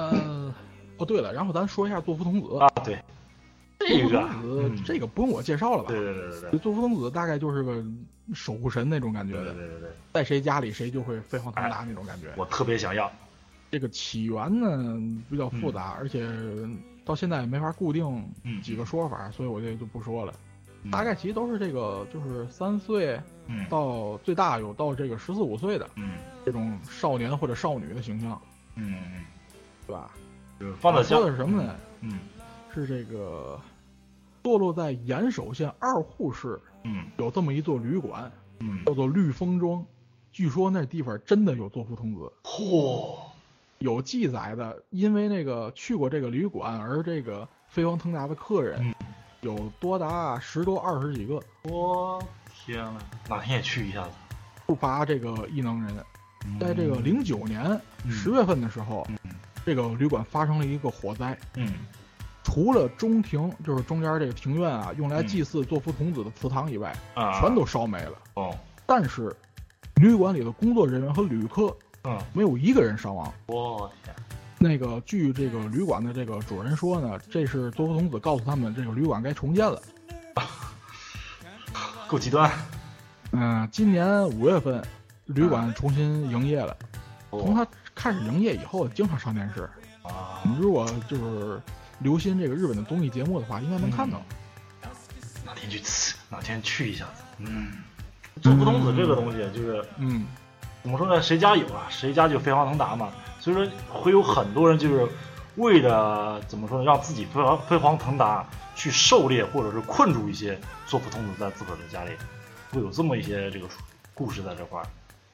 [SPEAKER 2] 嗯，哦对了，然后咱说一下作夫童子
[SPEAKER 1] 啊，对，
[SPEAKER 2] 这
[SPEAKER 1] 这个
[SPEAKER 2] 童子
[SPEAKER 1] 嗯
[SPEAKER 2] 这个不用我介绍了吧？
[SPEAKER 1] 对对对对
[SPEAKER 2] 就
[SPEAKER 1] 对。
[SPEAKER 2] 作夫童子大概就是个守护神那种感觉
[SPEAKER 1] 对对哎
[SPEAKER 2] 的，
[SPEAKER 1] 对对对，
[SPEAKER 2] 在谁家里谁就会飞黄腾达那种感觉。
[SPEAKER 1] 我特别想要，
[SPEAKER 2] 这个起源呢比较复杂，而且到现在也没法固定
[SPEAKER 1] 嗯，
[SPEAKER 2] 几个说法，所以我这就不说了。
[SPEAKER 1] 嗯
[SPEAKER 2] 大概其实都是这个，就是三岁
[SPEAKER 1] 嗯
[SPEAKER 2] 到最大有到这个十四五岁的
[SPEAKER 1] 嗯
[SPEAKER 2] 这种少年或者少女的形象，
[SPEAKER 1] 嗯嗯，
[SPEAKER 2] 对吧？啊
[SPEAKER 1] 就是放在
[SPEAKER 2] 说
[SPEAKER 1] 香
[SPEAKER 2] 的，是什么呢？
[SPEAKER 1] 嗯
[SPEAKER 2] 是这个坐落在岩手县二户市
[SPEAKER 1] 嗯
[SPEAKER 2] 有这么一座旅馆，
[SPEAKER 1] 嗯，
[SPEAKER 2] 叫做绿风庄。据说那地方真的有作夫童子，
[SPEAKER 1] 嚯，
[SPEAKER 2] 有记载的，因为那个去过这个旅馆而这个飞黄腾达的客人，
[SPEAKER 1] 嗯
[SPEAKER 2] 有多达十多二十几个，
[SPEAKER 1] 我天呐，哪天也去一下子，
[SPEAKER 2] 不乏这个异能人。
[SPEAKER 1] 嗯
[SPEAKER 2] 在这个零九年
[SPEAKER 1] 嗯
[SPEAKER 2] 十月份的时候，
[SPEAKER 1] 嗯
[SPEAKER 2] 这个旅馆发生了一个火灾，
[SPEAKER 1] 嗯
[SPEAKER 2] 除了中庭，就是中间这个庭院啊，用来祭祀作夫童子的祠堂以外，
[SPEAKER 1] 嗯啊，
[SPEAKER 2] 全都烧没了。
[SPEAKER 1] 哦，
[SPEAKER 2] 但是，旅馆里的工作人员和旅客
[SPEAKER 1] 嗯，
[SPEAKER 2] 没有一个人伤亡。
[SPEAKER 1] 我天，
[SPEAKER 2] 那个据这个旅馆的这个主人说呢，这是作夫童子告诉他们这个旅馆该重建了。
[SPEAKER 1] 够极端，
[SPEAKER 2] 嗯、今年五月份，旅馆重新营业了。
[SPEAKER 1] 哦
[SPEAKER 2] 从它开始营业以后，经常上电视。
[SPEAKER 1] 啊，
[SPEAKER 2] 你如果就是留心这个日本的综艺节目的话，应该能看到。
[SPEAKER 1] 哪天去，哪天去一下子，嗯，做不童子这个东西就是。
[SPEAKER 2] 嗯，
[SPEAKER 1] 怎么说呢？谁家有啊，谁家就飞黄腾达嘛。所以说会有很多人就是为了怎么说呢，让自己飞黄飞黄腾达，去狩猎或者是困住一些作夫童子在自个儿的家里，会有这么一些这个故事在这块儿。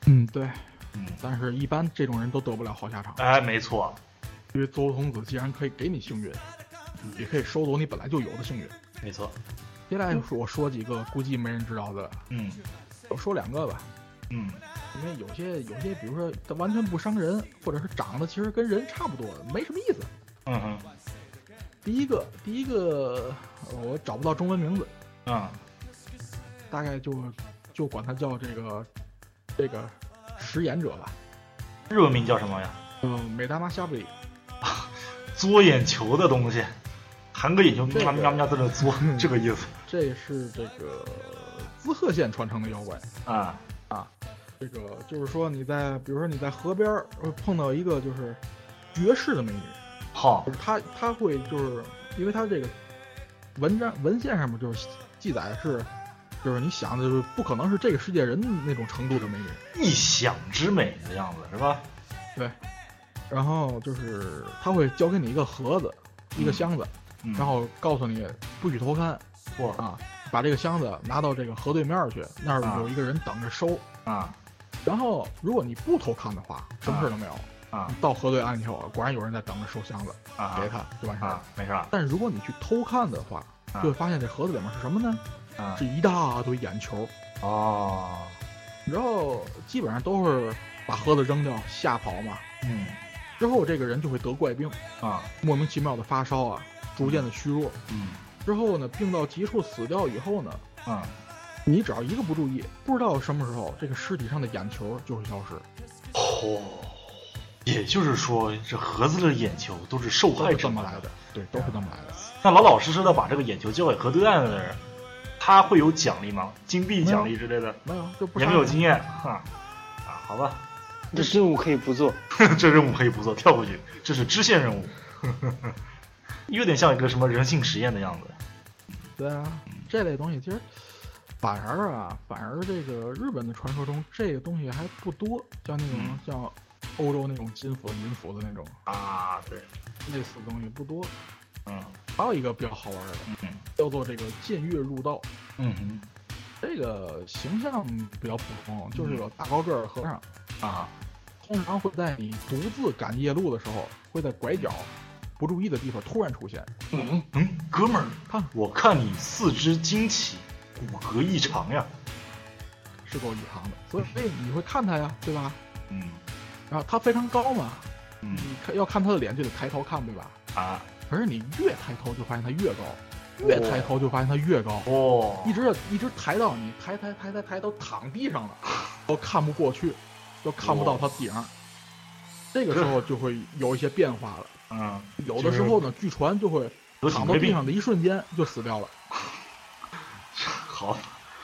[SPEAKER 2] 嗯，对。
[SPEAKER 1] 嗯，
[SPEAKER 2] 但是，一般这种人都得不了好下场，
[SPEAKER 1] 哎，没错，
[SPEAKER 2] 因为作夫童子既然可以给你幸运，也可以收走你本来就有的幸运。
[SPEAKER 1] 没错，
[SPEAKER 2] 接下来我说几个估计没人知道的了，
[SPEAKER 1] 嗯
[SPEAKER 2] 我说两个吧，
[SPEAKER 1] 嗯
[SPEAKER 2] 因为有些有些，比如说它完全不伤人，或者是长得其实跟人差不多，没什么意思。
[SPEAKER 1] 嗯哼，
[SPEAKER 2] 第一个第一个、呃我找不到中文名字，
[SPEAKER 1] 啊
[SPEAKER 2] 大概就就管它叫这个这个食言者吧，
[SPEAKER 1] 日文名叫什么呀？
[SPEAKER 2] 呃，美大妈夏布里，
[SPEAKER 1] 作眼球的东西，含个眼球，
[SPEAKER 2] 这
[SPEAKER 1] 喵
[SPEAKER 2] 个
[SPEAKER 1] 喵喵在那作，
[SPEAKER 2] 嗯
[SPEAKER 1] 这个意思
[SPEAKER 2] 这是这个滋贺县传承的摇滚。
[SPEAKER 1] 啊
[SPEAKER 2] 这个就是说你在，比如说你在河边儿呃碰到一个就是绝世的美女，
[SPEAKER 1] 好
[SPEAKER 2] 就是她她会就是因为她这个文章文献上面就是记载是，就是你想的就是不可能是这个世界人那种程度的美女，
[SPEAKER 1] 异想之美的样子是吧？
[SPEAKER 2] 然后就是她会交给你一个盒子，一个箱子，
[SPEAKER 1] 嗯、
[SPEAKER 2] 然后告诉你不许偷看
[SPEAKER 1] 哇
[SPEAKER 2] 啊，把这个箱子拿到这个河对面儿去，那
[SPEAKER 1] 啊
[SPEAKER 2] 儿有一个人等着收，
[SPEAKER 1] 啊
[SPEAKER 2] 然后如果你不偷看的话，什么事儿都没有。
[SPEAKER 1] 啊
[SPEAKER 2] 你到河对岸以后，果然有人在等着收箱子，
[SPEAKER 1] 啊
[SPEAKER 2] 别看就完事儿了。
[SPEAKER 1] 啊，没事儿
[SPEAKER 2] 但是如果你去偷看的话，
[SPEAKER 1] 啊
[SPEAKER 2] 就会发现这盒子里面是什么呢？
[SPEAKER 1] 啊
[SPEAKER 2] 是一大堆眼球，
[SPEAKER 1] 哦
[SPEAKER 2] 然后基本上都是把盒子扔掉吓跑嘛。
[SPEAKER 1] 嗯
[SPEAKER 2] 之后这个人就会得怪病，
[SPEAKER 1] 啊
[SPEAKER 2] 莫名其妙的发烧啊，逐渐的虚弱。
[SPEAKER 1] 嗯
[SPEAKER 2] 之后呢，病到极处死掉以后呢，
[SPEAKER 1] 啊
[SPEAKER 2] 你只要一个不注意，不知道什么时候这个尸体上的眼球就会消失，
[SPEAKER 1] 嚯、也就是说这盒子的眼球都是受
[SPEAKER 2] 都
[SPEAKER 1] 害
[SPEAKER 2] 是
[SPEAKER 1] 者
[SPEAKER 2] 这么
[SPEAKER 1] 们
[SPEAKER 2] 来的。对，
[SPEAKER 1] 啊
[SPEAKER 2] 都是这么来的。
[SPEAKER 1] 那老老实实的把这个眼球交给核对岸的人，他会有奖励吗？金币奖励之类的？
[SPEAKER 2] 没有，这不
[SPEAKER 1] 也
[SPEAKER 2] 是
[SPEAKER 1] 没有经验哈啊，好吧，
[SPEAKER 3] 这任务可以不做，
[SPEAKER 1] 这任务可以不做，跳过去，这是支线任务， 有点像一个什么人性实验的样子。
[SPEAKER 2] 对啊，
[SPEAKER 1] 嗯
[SPEAKER 2] 这类东西其实反而啊，反而这个日本的传说中这个东西还不多，像那种、
[SPEAKER 1] 嗯
[SPEAKER 2] 像欧洲那种金斧、银斧的那种
[SPEAKER 1] 啊，对，
[SPEAKER 2] 类似的东西不多。
[SPEAKER 1] 嗯
[SPEAKER 2] 还有一个比较好玩的，
[SPEAKER 1] 嗯
[SPEAKER 2] 叫做这个剑月入道，
[SPEAKER 1] 嗯
[SPEAKER 2] 这个形象比较普通，就是有大高个儿和尚，
[SPEAKER 1] 哼啊
[SPEAKER 2] 通常会在你独自赶夜路的时候，会在拐角不注意的地方突然出现。
[SPEAKER 1] 嗯嗯，哥们儿，
[SPEAKER 2] 看
[SPEAKER 1] 我看你四肢惊奇，骨骼异常呀。
[SPEAKER 2] 是够异常的，所以所以你会看他呀，对吧？
[SPEAKER 1] 嗯
[SPEAKER 2] 然后他非常高嘛，
[SPEAKER 1] 嗯
[SPEAKER 2] 你看要看他的脸就得抬头看，对吧？
[SPEAKER 1] 啊
[SPEAKER 2] 可是你越抬头就发现它越高，越抬头就发现它越高，
[SPEAKER 1] 哦，
[SPEAKER 2] 一直一直抬到你抬抬抬抬抬都躺地上了，都看不过去，都看不到它顶儿。这个时候就会有一些变化了，
[SPEAKER 1] 嗯，
[SPEAKER 2] 有的时候呢，据传就会
[SPEAKER 1] 得颈
[SPEAKER 2] 躺到
[SPEAKER 1] 椎
[SPEAKER 2] 地
[SPEAKER 1] 病，
[SPEAKER 2] 上的一瞬间就死掉了。
[SPEAKER 1] 好，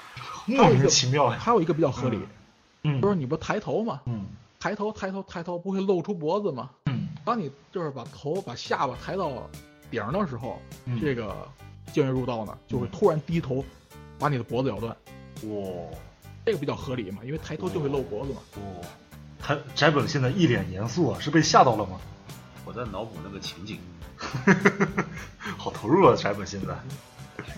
[SPEAKER 1] 莫名其妙呀。
[SPEAKER 2] 还有一个比较合理，
[SPEAKER 1] 嗯
[SPEAKER 2] 就是你不抬头嘛，
[SPEAKER 1] 嗯
[SPEAKER 2] 抬头抬头抬头不会露出脖子吗？
[SPEAKER 1] 嗯
[SPEAKER 2] 当你就是把头把下巴抬到顶儿的时候，
[SPEAKER 1] 嗯
[SPEAKER 2] 这个剑月入道呢就会突然低头把你的脖子咬断。
[SPEAKER 1] 哇
[SPEAKER 2] 这个比较合理嘛，因为抬头就会露脖子嘛。
[SPEAKER 1] 哇，他翟本现在一脸严肃啊，是被吓到了吗？
[SPEAKER 6] 我在脑补那个情景。
[SPEAKER 1] 好投入啊，翟本现在。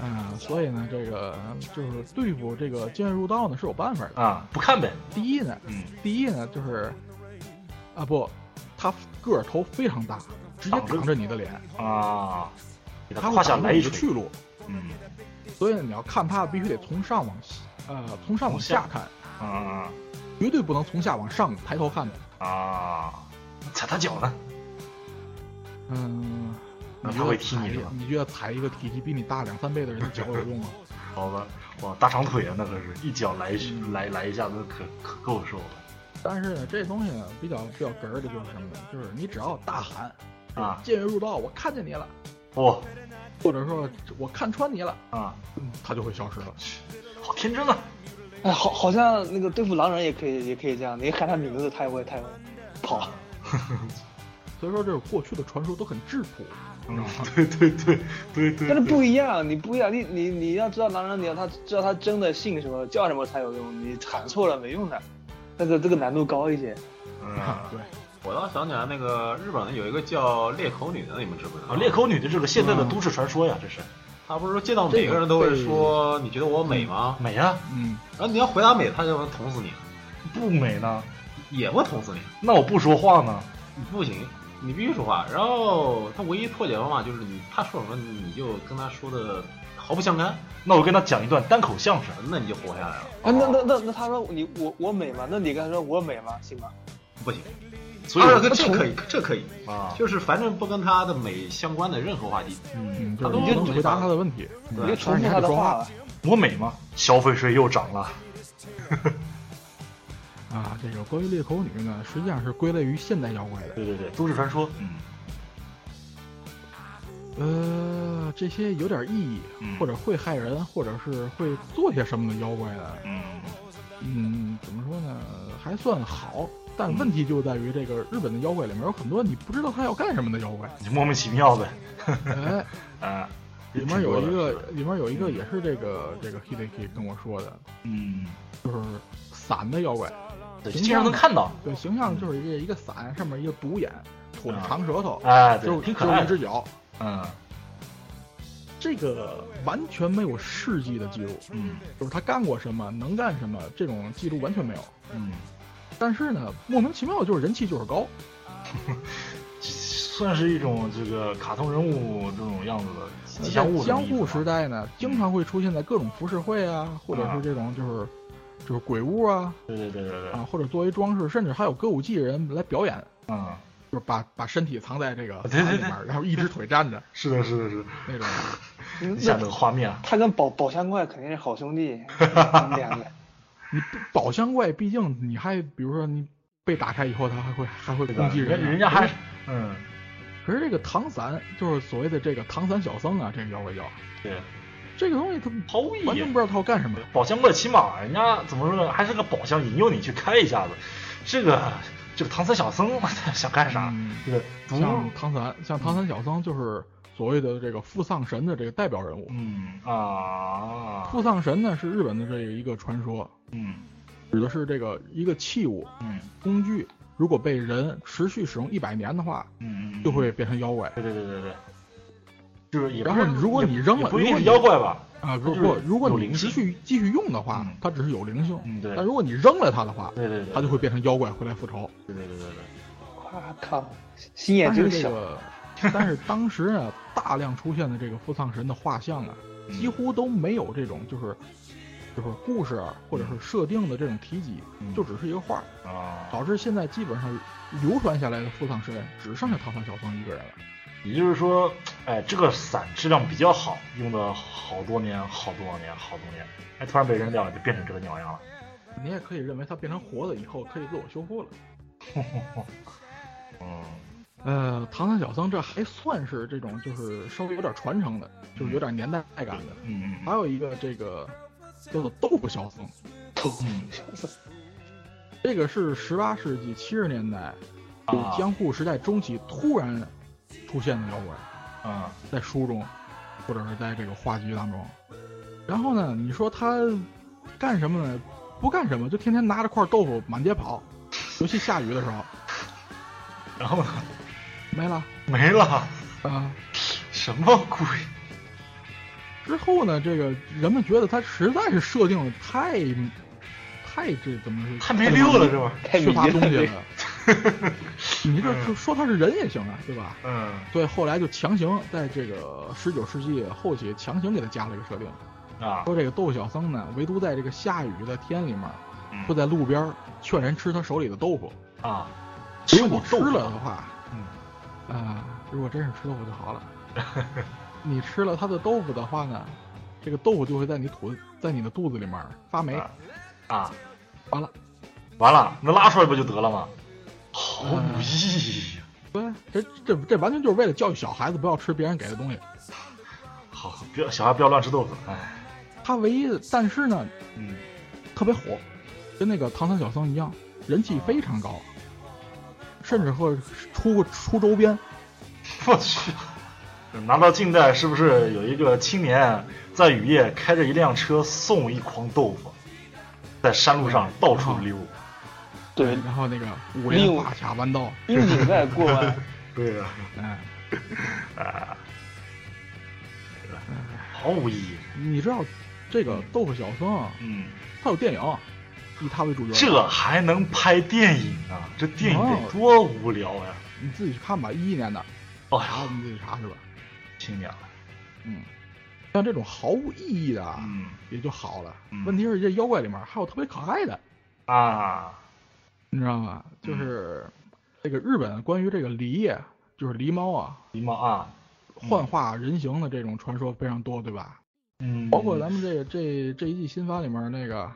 [SPEAKER 2] 嗯，所以呢，这个就是对付这个剑入道呢是有办法的。
[SPEAKER 1] 啊，不看呗。
[SPEAKER 2] 第一呢，
[SPEAKER 1] 嗯，
[SPEAKER 2] 第一呢就是啊不，他个儿头非常大，直接挡着你的脸，
[SPEAKER 1] 啊，给他
[SPEAKER 2] 他
[SPEAKER 1] 胯
[SPEAKER 2] 会
[SPEAKER 1] 下
[SPEAKER 2] 挡住
[SPEAKER 1] 来一
[SPEAKER 2] 你的去
[SPEAKER 1] 锤。
[SPEAKER 2] 路。
[SPEAKER 1] 嗯，
[SPEAKER 2] 所以呢，你要看他必须得从上往下呃从上往下看，
[SPEAKER 1] 啊
[SPEAKER 2] 绝对不能从下往上抬头看的。
[SPEAKER 1] 啊，踩他脚呢？
[SPEAKER 2] 嗯，
[SPEAKER 1] 那
[SPEAKER 2] 你
[SPEAKER 1] 他会
[SPEAKER 2] 觉
[SPEAKER 1] 踢
[SPEAKER 2] 得
[SPEAKER 1] 你
[SPEAKER 2] 踩
[SPEAKER 1] 是吧
[SPEAKER 2] 你觉得踩一个体积比你大两三倍的人的脚有用吗？
[SPEAKER 1] 好吧，哇，大长腿啊，那可是一脚来一来来一下，那可可够受了。
[SPEAKER 2] 但是呢，这东西呢比较比较哏儿的就是什么呢？就是你只要大喊
[SPEAKER 1] 啊
[SPEAKER 2] “剑月入道”，我看见你了，
[SPEAKER 1] 哇
[SPEAKER 2] 或者说我看穿你了，
[SPEAKER 1] 啊，
[SPEAKER 2] 它就会消失了。
[SPEAKER 1] 好天真啊！
[SPEAKER 3] 哎，好，好像那个对付狼人也可以，也可以这样，你喊他名字，他也会，他也会跑。
[SPEAKER 2] 所以说，这是过去的传说都很质朴， 你知
[SPEAKER 1] 嗯
[SPEAKER 2] 道吗？，
[SPEAKER 1] 对对对对对。
[SPEAKER 3] 但是
[SPEAKER 1] 对
[SPEAKER 3] 不一样，你不一样，你你你要知道狼人，你要他知道他真的姓什么叫什么才有用，你喊错了没用的，那个这个难度高一些。
[SPEAKER 1] 嗯
[SPEAKER 2] 啊
[SPEAKER 1] 啊，
[SPEAKER 2] 对，
[SPEAKER 6] 我倒想起来那个日本的有一个叫裂口女的，你们知不知道？
[SPEAKER 1] 啊裂口女的这个现代的都市传说呀，这是
[SPEAKER 6] 她不是说见到每个人都会说你觉得我美吗？
[SPEAKER 1] 美啊，
[SPEAKER 2] 嗯，
[SPEAKER 6] 然后你要回答美，她就会捅死你，
[SPEAKER 1] 不美呢？
[SPEAKER 6] 也会捅死你。
[SPEAKER 1] 那我不说话呢？
[SPEAKER 6] 你不行，你必须说话。然后她唯一破解方法就是你她说什么你就跟她说的毫不相干，
[SPEAKER 1] 那我跟她讲一段单口相声。
[SPEAKER 6] 那你就活下来了。
[SPEAKER 3] 啊，那那那那他说你我我美吗？那你刚才说我美吗？行吗？
[SPEAKER 6] 不行，
[SPEAKER 1] 所以
[SPEAKER 6] 啊，
[SPEAKER 1] 我
[SPEAKER 6] 这可以，这可以，
[SPEAKER 1] 啊，
[SPEAKER 6] 就是反正不跟他的美相关的任何话题。
[SPEAKER 1] 嗯，
[SPEAKER 2] 就是你
[SPEAKER 6] 他都
[SPEAKER 2] 能回答他的问题，
[SPEAKER 6] 对
[SPEAKER 3] 你就重
[SPEAKER 2] 但是你
[SPEAKER 3] 复
[SPEAKER 2] 还
[SPEAKER 3] 他
[SPEAKER 2] 得
[SPEAKER 3] 的
[SPEAKER 2] 说
[SPEAKER 3] 话
[SPEAKER 2] 话
[SPEAKER 3] 了。
[SPEAKER 1] 我美吗？消费税又涨了。
[SPEAKER 2] 啊。这个关于裂口女呢，实际上是归类于现代摇滚的。
[SPEAKER 1] 对对对，都市传说。嗯
[SPEAKER 2] 呃，这些有点意义，
[SPEAKER 1] 嗯
[SPEAKER 2] 或者会害人，或者是会做些什么的妖怪呢？
[SPEAKER 1] 嗯
[SPEAKER 2] 嗯，怎么说呢，还算好。但问题就在于这个日本的妖怪里面有很多你不知道他要干什么的妖 怪。
[SPEAKER 1] 你就莫名其妙呗。
[SPEAKER 2] 哎，
[SPEAKER 1] 啊，
[SPEAKER 2] 里面有
[SPEAKER 1] 挺
[SPEAKER 2] 一
[SPEAKER 1] 多的
[SPEAKER 2] 个，，里面有一个也是这个这个 Hideki 跟我说的，
[SPEAKER 1] 嗯，
[SPEAKER 2] 就是伞的妖怪，
[SPEAKER 1] 对，
[SPEAKER 2] 形
[SPEAKER 1] 经常
[SPEAKER 2] 象
[SPEAKER 1] 能看到。
[SPEAKER 2] 对，形象就是一个一个伞，上面一个独眼，吐着长舌头，
[SPEAKER 1] 哎，对
[SPEAKER 2] 就，
[SPEAKER 1] 挺
[SPEAKER 2] 就
[SPEAKER 1] 可
[SPEAKER 2] 是
[SPEAKER 1] 爱
[SPEAKER 2] 一
[SPEAKER 1] 的。
[SPEAKER 2] 只脚。
[SPEAKER 1] 嗯
[SPEAKER 2] 这个完全没有事迹的记录，
[SPEAKER 1] 嗯
[SPEAKER 2] 就是他干过什么，能干什么，这种记录完全没有。
[SPEAKER 1] 嗯，
[SPEAKER 2] 但是呢，莫名其妙就是人气就是高，
[SPEAKER 1] 这算是一种这个卡通人物这种样子呃的吉祥物
[SPEAKER 2] 在
[SPEAKER 1] 这种啊
[SPEAKER 2] 江
[SPEAKER 1] 意思吧。
[SPEAKER 2] 户时代呢，经常会出现在各种浮世绘啊，或者是这种就是就是鬼屋啊
[SPEAKER 1] 对对对对对，
[SPEAKER 2] 啊，或者作为装饰，甚至还有歌舞伎人来表演，
[SPEAKER 1] 嗯，
[SPEAKER 2] 就是把把身体藏在这个
[SPEAKER 1] 对对
[SPEAKER 2] 伞里
[SPEAKER 1] 对
[SPEAKER 2] 面，然后一只腿站着
[SPEAKER 1] 是的，是的，是的。
[SPEAKER 2] 那种。
[SPEAKER 3] 嗯
[SPEAKER 1] 你想这个
[SPEAKER 3] 那
[SPEAKER 1] 画面啊，
[SPEAKER 3] 他跟宝宝箱怪肯定是好兄弟，他们两个。
[SPEAKER 2] 你不宝箱怪，毕竟你还比如说你被打开以后，它还会还会
[SPEAKER 1] 对
[SPEAKER 2] 攻
[SPEAKER 1] 吧？
[SPEAKER 2] 击
[SPEAKER 1] 人
[SPEAKER 2] 人啊，
[SPEAKER 1] 人家还嗯，
[SPEAKER 2] 可是这个唐伞就是所谓的这个唐伞小僧啊，这个妖怪叫
[SPEAKER 1] 对，
[SPEAKER 2] 这个东西，他
[SPEAKER 1] 毫无意
[SPEAKER 2] 完
[SPEAKER 1] 义
[SPEAKER 2] 全。不知道他要干什么。
[SPEAKER 1] 宝箱怪起码人家怎么说呢，还是个宝箱，引诱你去开一下子。这个这个唐三小僧 想干啥
[SPEAKER 2] 嗯？
[SPEAKER 1] 这个毒，
[SPEAKER 2] 像唐三，像
[SPEAKER 1] 嗯
[SPEAKER 2] 唐三小僧就是所谓的这个富丧神的这个代表人物。
[SPEAKER 1] 嗯啊，
[SPEAKER 2] 富丧神呢是日本的这一个传说，
[SPEAKER 1] 嗯
[SPEAKER 2] 指的是这个一个器物
[SPEAKER 1] 嗯
[SPEAKER 2] 工具，如果被人持续使用一百年的话，
[SPEAKER 1] 嗯，嗯
[SPEAKER 2] 就会变成妖怪
[SPEAKER 1] 对对对对对，就是也不
[SPEAKER 2] 然后
[SPEAKER 1] 是
[SPEAKER 2] 如果
[SPEAKER 1] 也
[SPEAKER 2] 你扔了
[SPEAKER 1] 嗯也不一
[SPEAKER 2] 如
[SPEAKER 1] 定是
[SPEAKER 2] 果你
[SPEAKER 1] 妖怪吧？
[SPEAKER 2] 啊。
[SPEAKER 1] 它就
[SPEAKER 2] 如
[SPEAKER 1] 是
[SPEAKER 2] 果如果
[SPEAKER 1] 有
[SPEAKER 2] 你
[SPEAKER 1] 灵
[SPEAKER 2] 持
[SPEAKER 1] 性
[SPEAKER 2] 续继续用的话
[SPEAKER 1] 嗯，
[SPEAKER 2] 它只是有灵性。
[SPEAKER 1] 嗯，对，
[SPEAKER 2] 但如果你扔了它的话，
[SPEAKER 1] 对对对，
[SPEAKER 2] 它就会变成妖怪回来复仇。
[SPEAKER 1] 对对对对对，
[SPEAKER 3] 哇靠，心眼
[SPEAKER 2] 但
[SPEAKER 3] 真
[SPEAKER 2] 是这
[SPEAKER 3] 小。
[SPEAKER 2] 个，但是当时啊，大量出现的这个富藏神的画像啊，
[SPEAKER 1] 嗯
[SPEAKER 2] 几乎都没有这种就是就是故事啊或者是设定的这种提及，
[SPEAKER 1] 嗯
[SPEAKER 2] 就只是一个画儿，
[SPEAKER 1] 啊，
[SPEAKER 2] 导致现在基本上流传下来的富藏神只剩下唐三小僧一个人了。
[SPEAKER 1] 也就是说，哎，这个伞质量比较好，用了好多年，好多年，好多年，哎，突然被扔掉了，就变成这个鸟样了。
[SPEAKER 2] 你也可以认为他变成活的以后可以自我修复了。
[SPEAKER 1] 嗯
[SPEAKER 2] 呃，唐三小僧这还算是这种就是稍微有点传承的，就是有点年代感的。
[SPEAKER 1] 嗯
[SPEAKER 2] 还
[SPEAKER 1] 嗯
[SPEAKER 2] 有一个这个叫做豆腐小僧，
[SPEAKER 1] 嗯
[SPEAKER 2] 这个是十八世纪七十年代
[SPEAKER 1] 啊
[SPEAKER 2] 江户时代中期突然出现的摇滚，
[SPEAKER 1] 啊
[SPEAKER 2] 在书中，或者是在这个话剧当中。然后呢，你说他干什么呢？不干什么，就天天拿着块豆腐满街跑，尤其下雨的时候，
[SPEAKER 1] 然后呢？
[SPEAKER 2] 没了啊、
[SPEAKER 1] 没了，
[SPEAKER 2] 呃
[SPEAKER 1] 什么鬼？
[SPEAKER 2] 之后呢，这个人们觉得他实在是设定的太，太这怎么说？
[SPEAKER 1] 太没溜了，这玩意儿。
[SPEAKER 3] 太迷
[SPEAKER 2] 缺乏东西
[SPEAKER 3] 了，
[SPEAKER 2] 了。 你这说说他是人也行啊，对吧？
[SPEAKER 1] 嗯
[SPEAKER 2] 所以后来就强行在这个十九世纪后期强行给他加了一个设定，
[SPEAKER 1] 啊，
[SPEAKER 2] 说这个豆腐小僧呢，唯独在这个下雨的天里面，
[SPEAKER 1] 嗯
[SPEAKER 2] 会在路边儿劝人吃他手里的豆腐。
[SPEAKER 1] 啊，
[SPEAKER 2] 如果你吃
[SPEAKER 1] 吃
[SPEAKER 2] 了的，话，
[SPEAKER 1] 嗯
[SPEAKER 2] 啊、如果真是吃豆腐就好 了。你吃了他的豆腐的话呢，这个豆腐就会在你吐在你的肚子里面发霉，
[SPEAKER 1] 啊啊，
[SPEAKER 2] 完了。
[SPEAKER 1] 完了，那拉出来不就得了吗？毫无意义呀！
[SPEAKER 2] 对，啊这这这完全就是为了教育小孩子不要吃别人给的东西。
[SPEAKER 1] 好，不要小孩不要乱吃豆腐，哎，
[SPEAKER 2] 他唯一的，但是呢，
[SPEAKER 1] 嗯
[SPEAKER 2] 特别火，跟那个唐三小僧一样，人气非常高，甚至会出过出周边。
[SPEAKER 1] 我去，拿到近代是不是有一个青年在雨夜开着一辆车送一筐豆腐，在山路上到处溜？哎
[SPEAKER 3] 对，
[SPEAKER 2] 然后那个五连发卡弯道，
[SPEAKER 3] 樱井在过弯，
[SPEAKER 1] 对啊呀，
[SPEAKER 2] 哎，
[SPEAKER 1] 毫无意义。
[SPEAKER 2] 你知道这个豆腐小僧啊，
[SPEAKER 1] 嗯，
[SPEAKER 2] 他有电影，以他为主角，
[SPEAKER 1] 这还能拍电影啊？这电影得多无聊呀！
[SPEAKER 2] 你自己去看吧，一一年的，
[SPEAKER 1] 哦
[SPEAKER 2] 查
[SPEAKER 1] 呀，
[SPEAKER 2] 你自己查去吧。
[SPEAKER 1] 青年啊了，
[SPEAKER 2] 嗯，像这种毫无意义的啊，
[SPEAKER 1] 嗯
[SPEAKER 2] 也就好了。
[SPEAKER 1] 嗯
[SPEAKER 2] 问题是这妖怪里面还有特别可爱的，
[SPEAKER 1] 啊，嗯
[SPEAKER 2] 你知道吗？就是这个日本关于这个狸业，就是狸猫啊，
[SPEAKER 1] 狸猫啊，
[SPEAKER 2] 幻化人形的这种传说非常多，对吧？
[SPEAKER 1] 嗯，
[SPEAKER 2] 包括咱们这个这这一季新番里面那个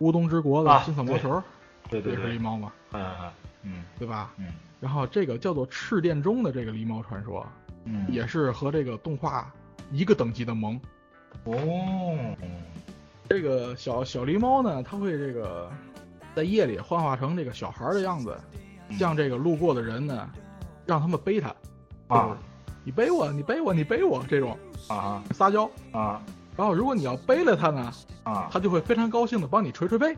[SPEAKER 2] 乌冬之国的
[SPEAKER 1] 啊
[SPEAKER 2] 金色魔球，
[SPEAKER 1] 对对
[SPEAKER 2] 也是
[SPEAKER 1] 对
[SPEAKER 2] 狸，猫嘛，
[SPEAKER 1] 嗯嗯嗯
[SPEAKER 2] 对吧？
[SPEAKER 1] 嗯
[SPEAKER 2] 然后这个叫做赤电钟的这个狸猫传说，
[SPEAKER 1] 嗯，
[SPEAKER 2] 也是和这个动画一个等级的萌。
[SPEAKER 1] 哦，
[SPEAKER 2] 嗯这个小小狸猫呢，它会这个在夜里幻化成这个小孩儿的样子，
[SPEAKER 1] 嗯
[SPEAKER 2] 向这个路过的人呢，让他们背它，
[SPEAKER 1] 啊
[SPEAKER 2] 你背我，你背我，你背我，这种
[SPEAKER 1] 啊
[SPEAKER 2] 撒娇。
[SPEAKER 1] 啊
[SPEAKER 2] 然后如果你要背了它呢，
[SPEAKER 1] 啊
[SPEAKER 2] 它就会非常高兴的帮你捶捶背。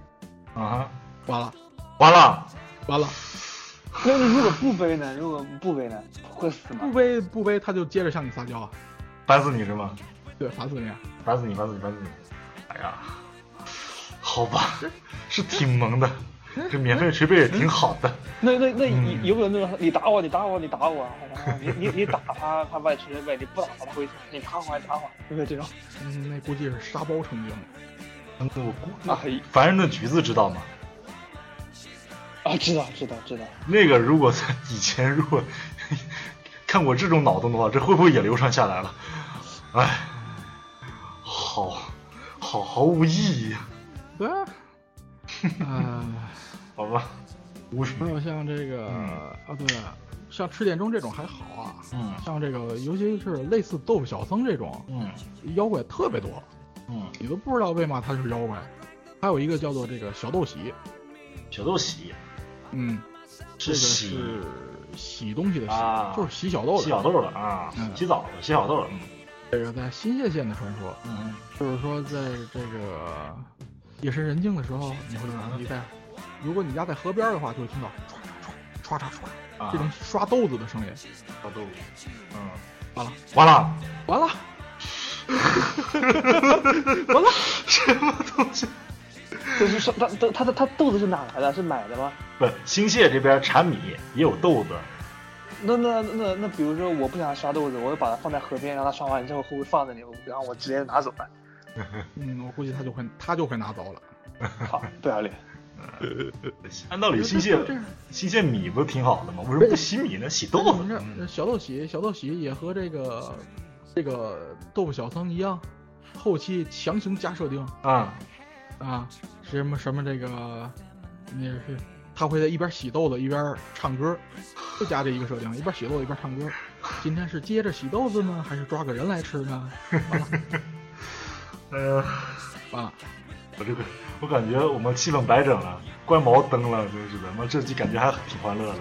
[SPEAKER 1] 啊！
[SPEAKER 2] 完了，
[SPEAKER 1] 完了，
[SPEAKER 2] 完了，
[SPEAKER 3] 那你如果不背呢？如果不背呢？会死
[SPEAKER 2] 不
[SPEAKER 3] 吗？
[SPEAKER 2] 背不背，它就接着向你撒娇啊。
[SPEAKER 1] 烦死你是吗？
[SPEAKER 2] 对，烦死你啊！
[SPEAKER 1] 烦死你，烦死你，烦死你！哎呀，好 吧，是挺萌的，这免费捶背也挺好的。
[SPEAKER 3] 那那那
[SPEAKER 1] 嗯
[SPEAKER 3] 有有没有那种你打我，你打我，你打我，然后你你你打他，他把你捶背；你不打他，他会你打我还打我，有没有这种？
[SPEAKER 2] 嗯，那估计是沙包成精了。
[SPEAKER 1] 那我估
[SPEAKER 3] 啊
[SPEAKER 1] 凡人的橘子知道吗？
[SPEAKER 3] 啊，知道知道知道，
[SPEAKER 1] 那个如果在以前如果看过这种脑洞的话，这会不会也流传下来了？哎，好，好毫无意义啊，
[SPEAKER 2] 对啊，呃，
[SPEAKER 1] 好吧，无语。
[SPEAKER 2] 还有像这个
[SPEAKER 1] 嗯
[SPEAKER 2] 啊，对，像赤电钟这种还好啊，
[SPEAKER 1] 嗯
[SPEAKER 2] 像这个尤其是类似豆腐小僧这种
[SPEAKER 1] 嗯
[SPEAKER 2] 妖怪特别多，
[SPEAKER 1] 嗯，
[SPEAKER 2] 你都不知道为嘛他是妖怪。还有一个叫做这个小豆喜，
[SPEAKER 1] 小豆喜
[SPEAKER 2] 嗯，
[SPEAKER 1] 是
[SPEAKER 2] 这个
[SPEAKER 1] 喜
[SPEAKER 2] 是洗东西的洗，
[SPEAKER 1] 啊
[SPEAKER 2] 就是洗小豆
[SPEAKER 1] 洗
[SPEAKER 2] 的。
[SPEAKER 1] 小豆了啊，
[SPEAKER 2] 嗯
[SPEAKER 1] 洗澡了，洗小豆了。
[SPEAKER 2] 这个在新泻县的传说，
[SPEAKER 1] 嗯
[SPEAKER 2] 就是说在这个夜深人静的时候，你会你在，如果你家在河边的话，就会听到唰唰唰唰唰唰
[SPEAKER 1] 嗯啊
[SPEAKER 2] 这种刷豆子的声音。
[SPEAKER 1] 小豆，嗯，
[SPEAKER 2] 完了，
[SPEAKER 1] 完了，
[SPEAKER 2] 完了，完了，
[SPEAKER 1] 什么东西？
[SPEAKER 3] 这是说他他他他豆子是哪来的？是买的吗？
[SPEAKER 1] 不，新泻这边产米也有豆 子，
[SPEAKER 3] 那那那那，比如说我不想刷豆子，我就把它放在河边，让它刷完之后会不会放在那里，然后我直接拿走了？
[SPEAKER 2] 嗯，我估计他就会他就会拿走了。
[SPEAKER 3] 好，不要脸。
[SPEAKER 1] 嗯按道理新
[SPEAKER 2] 这
[SPEAKER 1] 泻
[SPEAKER 2] 样
[SPEAKER 1] 新泻米不是挺好的吗？为什么不洗米呢？洗豆
[SPEAKER 2] 我
[SPEAKER 1] 子
[SPEAKER 2] 们这
[SPEAKER 1] 呢
[SPEAKER 2] 儿？小豆喜小豆喜也和这个这个豆腐小僧一样，后期强行加设定
[SPEAKER 1] 啊，
[SPEAKER 2] 啊，什么什么这个那是他会在一边洗豆子一边唱歌，就加这一个设定，一边洗豆子一边唱歌。今天是接着洗豆子呢，还是抓个人来吃呢？完了
[SPEAKER 1] 呃，
[SPEAKER 2] 完了，
[SPEAKER 1] 我这个我感觉我们气氛白整了，关毛灯了，真是的，妈这集感觉还挺欢乐的。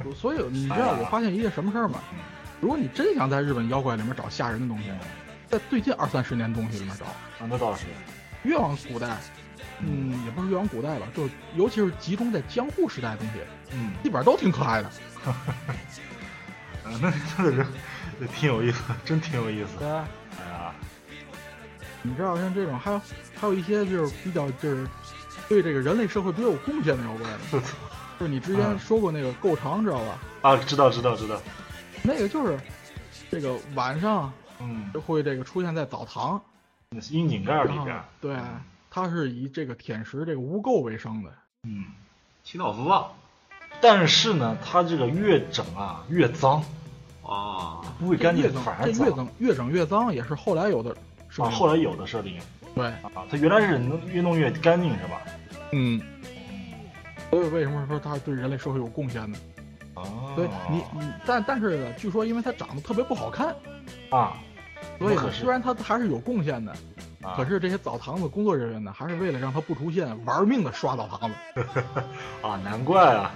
[SPEAKER 2] 对，所以你知道我发现一件什么事儿吗？如果你真想在日本妖怪里面找吓人的东西，在最近二三十年东西里面找，
[SPEAKER 1] 啊，那倒是，
[SPEAKER 2] 越往古代，嗯，也不是越往古代吧，就尤其是集中在江户时代的东西，
[SPEAKER 1] 嗯，
[SPEAKER 2] 基本上都挺可爱的。
[SPEAKER 1] 呃那那个人也挺有意思，真挺有意思。
[SPEAKER 2] 对，
[SPEAKER 1] 哎呀，
[SPEAKER 2] 你知道像这种，还有还有一些就是比较就是对这个人类社会比较有贡献的妖怪呢，就是你之前
[SPEAKER 1] 嗯
[SPEAKER 2] 说过那个够长，知道吧？
[SPEAKER 1] 啊，知道知道知道，
[SPEAKER 2] 那个就是这个晚上
[SPEAKER 1] 嗯，
[SPEAKER 2] 就会这个出现在澡堂，
[SPEAKER 1] 那是窨井盖里
[SPEAKER 2] 然后
[SPEAKER 1] 边，
[SPEAKER 2] 对，它是以这个舔食这个污垢为生的。
[SPEAKER 1] 嗯，
[SPEAKER 6] 祈祷符吧。
[SPEAKER 1] 但是呢，它这个越整啊越脏，
[SPEAKER 6] 啊，
[SPEAKER 1] 不会干
[SPEAKER 2] 这
[SPEAKER 1] 净
[SPEAKER 2] 越整
[SPEAKER 1] 反
[SPEAKER 2] 这
[SPEAKER 1] 而
[SPEAKER 2] 越整越整越脏，也是后来有的设
[SPEAKER 1] 啊，
[SPEAKER 2] 定。
[SPEAKER 1] 后来有的设定
[SPEAKER 2] 对，
[SPEAKER 1] 啊，它原来是能越弄越干净是吧？
[SPEAKER 2] 嗯，所以为什么说它对人类社会有贡献呢？
[SPEAKER 1] 哦
[SPEAKER 2] 对你，你但但是呢，据说因为它长得特别不好看，
[SPEAKER 1] 啊，
[SPEAKER 2] 所
[SPEAKER 1] 那
[SPEAKER 2] 以
[SPEAKER 1] 可
[SPEAKER 2] 呢，
[SPEAKER 1] 是
[SPEAKER 2] 虽然它还是有贡献的，
[SPEAKER 1] 啊
[SPEAKER 2] 可是这些澡堂子工作人员呢，还是为了让它不出现，玩命的刷澡堂子。
[SPEAKER 1] 啊，难怪啊，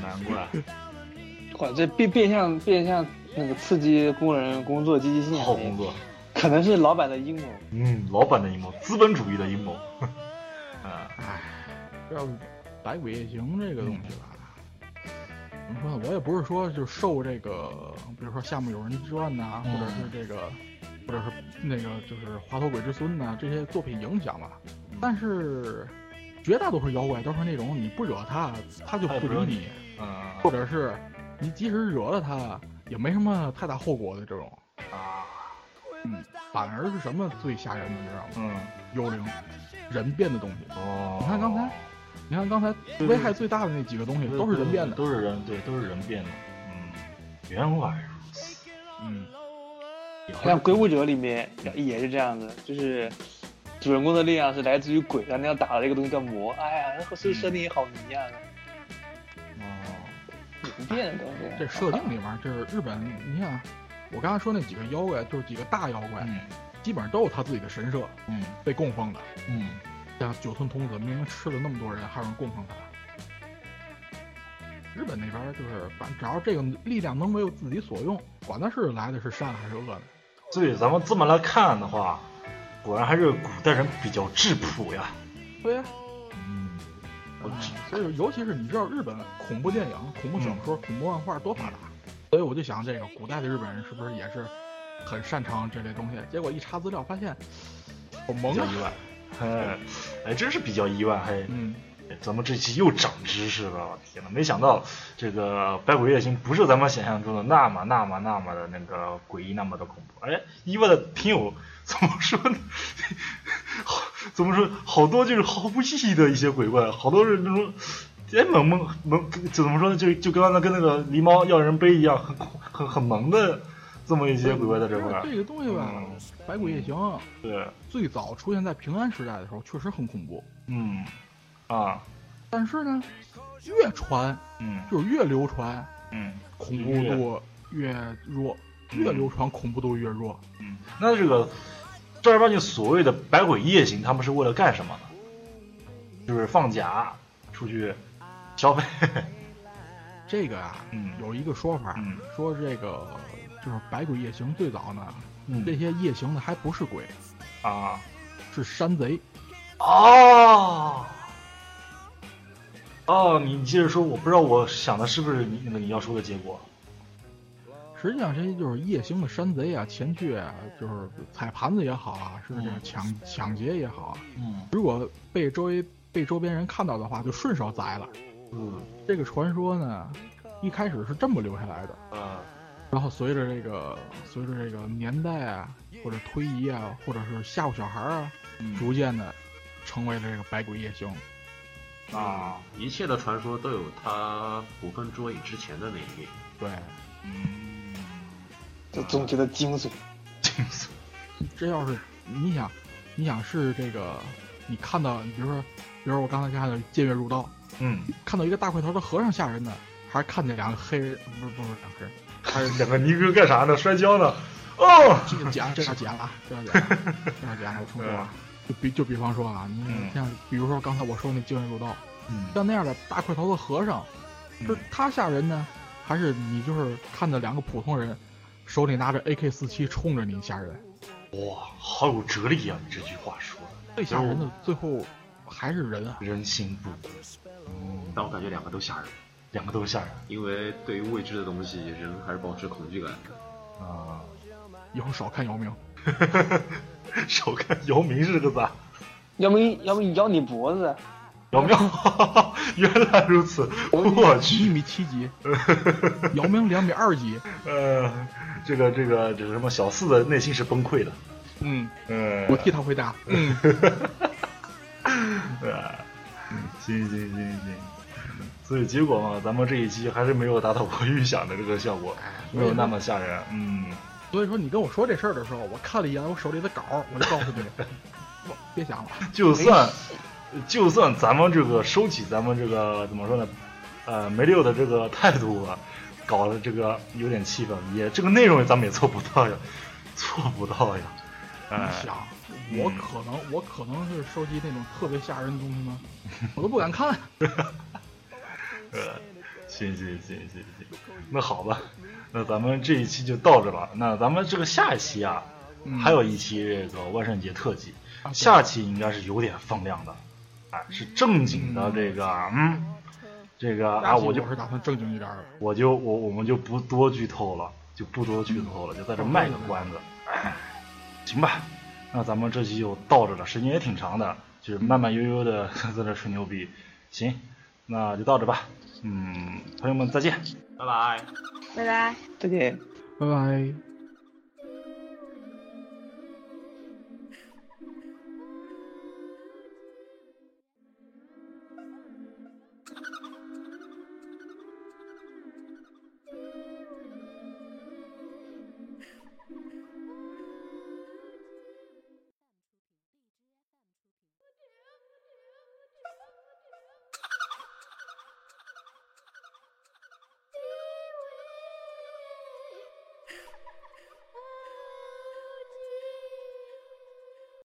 [SPEAKER 1] 难 怪，
[SPEAKER 3] 哇，这变变相变相那个刺激工人工作积极性，
[SPEAKER 1] 好工作。
[SPEAKER 3] 可能是老板的阴谋。
[SPEAKER 1] 嗯，老板的阴谋，资本主义的阴谋。 啊，嗯
[SPEAKER 2] 要百鬼夜行这个东西吧，怎么说呢？我也不是说就受这个，比如说夏目友人传呐、
[SPEAKER 1] 嗯
[SPEAKER 2] 或者是这个，或者是那个就是华佗鬼之孙呐、这些作品影响吧。
[SPEAKER 1] 嗯
[SPEAKER 2] 但是绝大多数妖怪都是那种你不惹他，他就
[SPEAKER 1] 他也
[SPEAKER 2] 不
[SPEAKER 1] 不惹
[SPEAKER 2] 理
[SPEAKER 1] 你
[SPEAKER 2] 你，
[SPEAKER 1] 嗯
[SPEAKER 2] 或者是你即使惹了他，也没什么太大后果的这种。
[SPEAKER 1] 啊，
[SPEAKER 2] 嗯，反而是什么最吓人的，你知道吗？
[SPEAKER 1] 嗯，
[SPEAKER 2] 幽灵，人变的东西。
[SPEAKER 1] 哦，
[SPEAKER 2] 你看刚才你看刚才危害最大的那几个东西都是人变的，
[SPEAKER 1] 都是人对，都是人变的。嗯，原来如此。
[SPEAKER 2] 嗯，
[SPEAKER 3] 像《鬼武者》里面也是这样子，就是主人公的力量是来自于鬼，然后要打的这个东西叫魔。哎呀，那这设定也好迷呀、
[SPEAKER 1] 哦，
[SPEAKER 3] 人变的都啊是
[SPEAKER 2] 嗯这设定里面这是日本，你看我刚才说那几个妖怪，就是几个大妖怪，
[SPEAKER 1] 嗯
[SPEAKER 2] 基本上都有他自己的神社
[SPEAKER 1] 嗯
[SPEAKER 2] 被供奉的，
[SPEAKER 1] 嗯，
[SPEAKER 2] 像九寸童子明明吃了那么多人，还有人供奉他。日本那边就是，反只要这个力量能为自己所用，管他是来的是善还是恶的，
[SPEAKER 1] 所以咱们这么来看的话，果然还是古代人比较质朴呀。
[SPEAKER 2] 对呀、
[SPEAKER 1] 嗯，我知
[SPEAKER 2] 所以尤其是你知道日本恐怖电影、恐怖小
[SPEAKER 1] 嗯
[SPEAKER 2] 说、恐怖漫画多发达，所以我就想这个古代的日本人是不是也是很擅长这类东西？结果一查资料发现，好
[SPEAKER 1] 比
[SPEAKER 2] 萌
[SPEAKER 1] 较
[SPEAKER 2] 啊！
[SPEAKER 1] 意外。哎，哎，真是比较意外，还、
[SPEAKER 2] 嗯，
[SPEAKER 1] 咱们这期又长知识了，我天呐，没想到这个《百鬼夜行》不是咱们想象中的那么、那么、那么的那个诡异，那么的恐怖。哎，意外的挺有，怎么说呢？好，怎么说？好多就是毫无意义的一些鬼怪，好多是那种，哎，萌萌萌，怎么说呢？就就刚才跟那个狸猫要人杯一样，很很很萌的这么一些鬼怪在这块儿。
[SPEAKER 2] 这个东西吧，
[SPEAKER 1] 嗯
[SPEAKER 2] 百鬼夜行》
[SPEAKER 1] 对，
[SPEAKER 2] 最早出现在平安时代的时候确实很恐怖，
[SPEAKER 1] 嗯，啊，
[SPEAKER 2] 但是呢，越传
[SPEAKER 1] 嗯
[SPEAKER 2] 就是越流传，
[SPEAKER 1] 嗯。
[SPEAKER 2] 恐怖度越弱，越流传恐怖度越弱。
[SPEAKER 1] 嗯，那这个正儿八经所谓的百鬼夜行，他们是为了干什么呢？就是放假出去消费。
[SPEAKER 2] 这个啊，
[SPEAKER 1] 嗯
[SPEAKER 2] 有一个说法，
[SPEAKER 1] 嗯
[SPEAKER 2] 说这个就是百鬼夜行最早呢，这
[SPEAKER 1] 嗯
[SPEAKER 2] 些夜行的还不是鬼，
[SPEAKER 1] 啊
[SPEAKER 2] 是山贼。
[SPEAKER 1] 哦哦，你接着说，我不知道我想的是不是你那个你要说的结果。
[SPEAKER 2] 实际上，这些就是夜行的山贼啊，前去啊，就是踩盘子也好啊，是这个
[SPEAKER 1] 嗯
[SPEAKER 2] 抢、抢劫也好啊，
[SPEAKER 1] 嗯
[SPEAKER 2] 如果被周围被周边人看到的话，就顺手宰了。
[SPEAKER 1] 嗯
[SPEAKER 2] 这个传说呢，一开始是这么留下来的，
[SPEAKER 1] 啊
[SPEAKER 2] 然后随着这个随着这个年代啊，或者推移啊，或者是吓唬小孩儿啊，
[SPEAKER 1] 嗯
[SPEAKER 2] 逐渐的成为了这个百鬼夜行。
[SPEAKER 1] 啊
[SPEAKER 6] 一切的传说都有它捕风捉影之前的那一面。
[SPEAKER 2] 对，
[SPEAKER 1] 嗯，
[SPEAKER 3] 这总觉得精髓。
[SPEAKER 2] 这要是你想，你想是这个，你看到，比如说，比如说我刚才看到《剑月入道》，
[SPEAKER 1] 嗯，
[SPEAKER 2] 看到一个大块头的和尚吓人呢，还是看见两个黑人，不是不是两个黑人，
[SPEAKER 1] 还有两个尼哥干啥呢？摔跤呢？哦，
[SPEAKER 2] 这个剪了，这要剪了啊，这要剪了啊，这要剪了，我重说啊。 就比就比方说啊，你
[SPEAKER 1] 嗯
[SPEAKER 2] 像比如说刚才我说那精神入道，
[SPEAKER 1] 嗯
[SPEAKER 2] 像那样的大块头的和尚，是他吓人呢，还是你就是看着两个普通人手里拿着 AK 四七冲着你吓人？
[SPEAKER 1] 哇，好有哲理啊呀、你这句话说的，
[SPEAKER 2] 最吓人的最后还是人啊，
[SPEAKER 1] 人心不古，
[SPEAKER 6] 但我感觉两个都吓人，
[SPEAKER 1] 两个都吓人
[SPEAKER 6] 因为对于未知的东西，人还是保持恐惧感的。
[SPEAKER 1] 啊。
[SPEAKER 2] 以后少看姚明。
[SPEAKER 1] 少看姚明是个啥？
[SPEAKER 3] 要不要不咬你脖子？啊
[SPEAKER 1] 姚明， 原来如此，我
[SPEAKER 2] 一
[SPEAKER 1] 去，
[SPEAKER 2] 米七几，姚明两米二几，
[SPEAKER 1] 呃，这个这个这个什么，小四的内心是崩溃的，
[SPEAKER 2] 嗯，
[SPEAKER 1] 呃，
[SPEAKER 2] 我替他回答，嗯，
[SPEAKER 1] 呃，行行行行，所以结果嘛，咱们这一期还是没有达到我预想的这个效果，没有那么吓人，嗯，
[SPEAKER 2] 所以说你跟我说这事儿的时候，我看了一眼我手里的稿，我就告诉你，我别想了，
[SPEAKER 1] 就算就算咱们这个收起咱们这个怎么说呢，呃，没六的这个态度啊，搞得这个有点气氛，也这个内容咱们也做不到呀， 做不到呀，哎、嗯
[SPEAKER 2] 你想，我可能我可能是收集那种特别吓人的东西吗？我都不敢看，
[SPEAKER 1] 呃，行行行行行，那好吧，那咱们这一期就到这吧。那咱们这个下一期啊，
[SPEAKER 2] 嗯
[SPEAKER 1] 还有一期这个万圣节特辑，
[SPEAKER 2] 啊对
[SPEAKER 1] 下期应该是有点放量的，哎、是正经的这个，嗯，这个啊，
[SPEAKER 2] 下期
[SPEAKER 1] 我
[SPEAKER 2] 我
[SPEAKER 1] 就是
[SPEAKER 2] 打算正经一点儿的，
[SPEAKER 1] 我就我我们就不多剧透了，就不多剧透了，就在这卖个关子。哎行吧，那咱们这期就到这了，时间也挺长的，就是慢慢悠悠的 在这吹牛逼。行，那就到这吧。嗯，朋友们再见。
[SPEAKER 6] 拜拜。
[SPEAKER 4] 拜拜。
[SPEAKER 3] 再见。
[SPEAKER 2] 拜拜。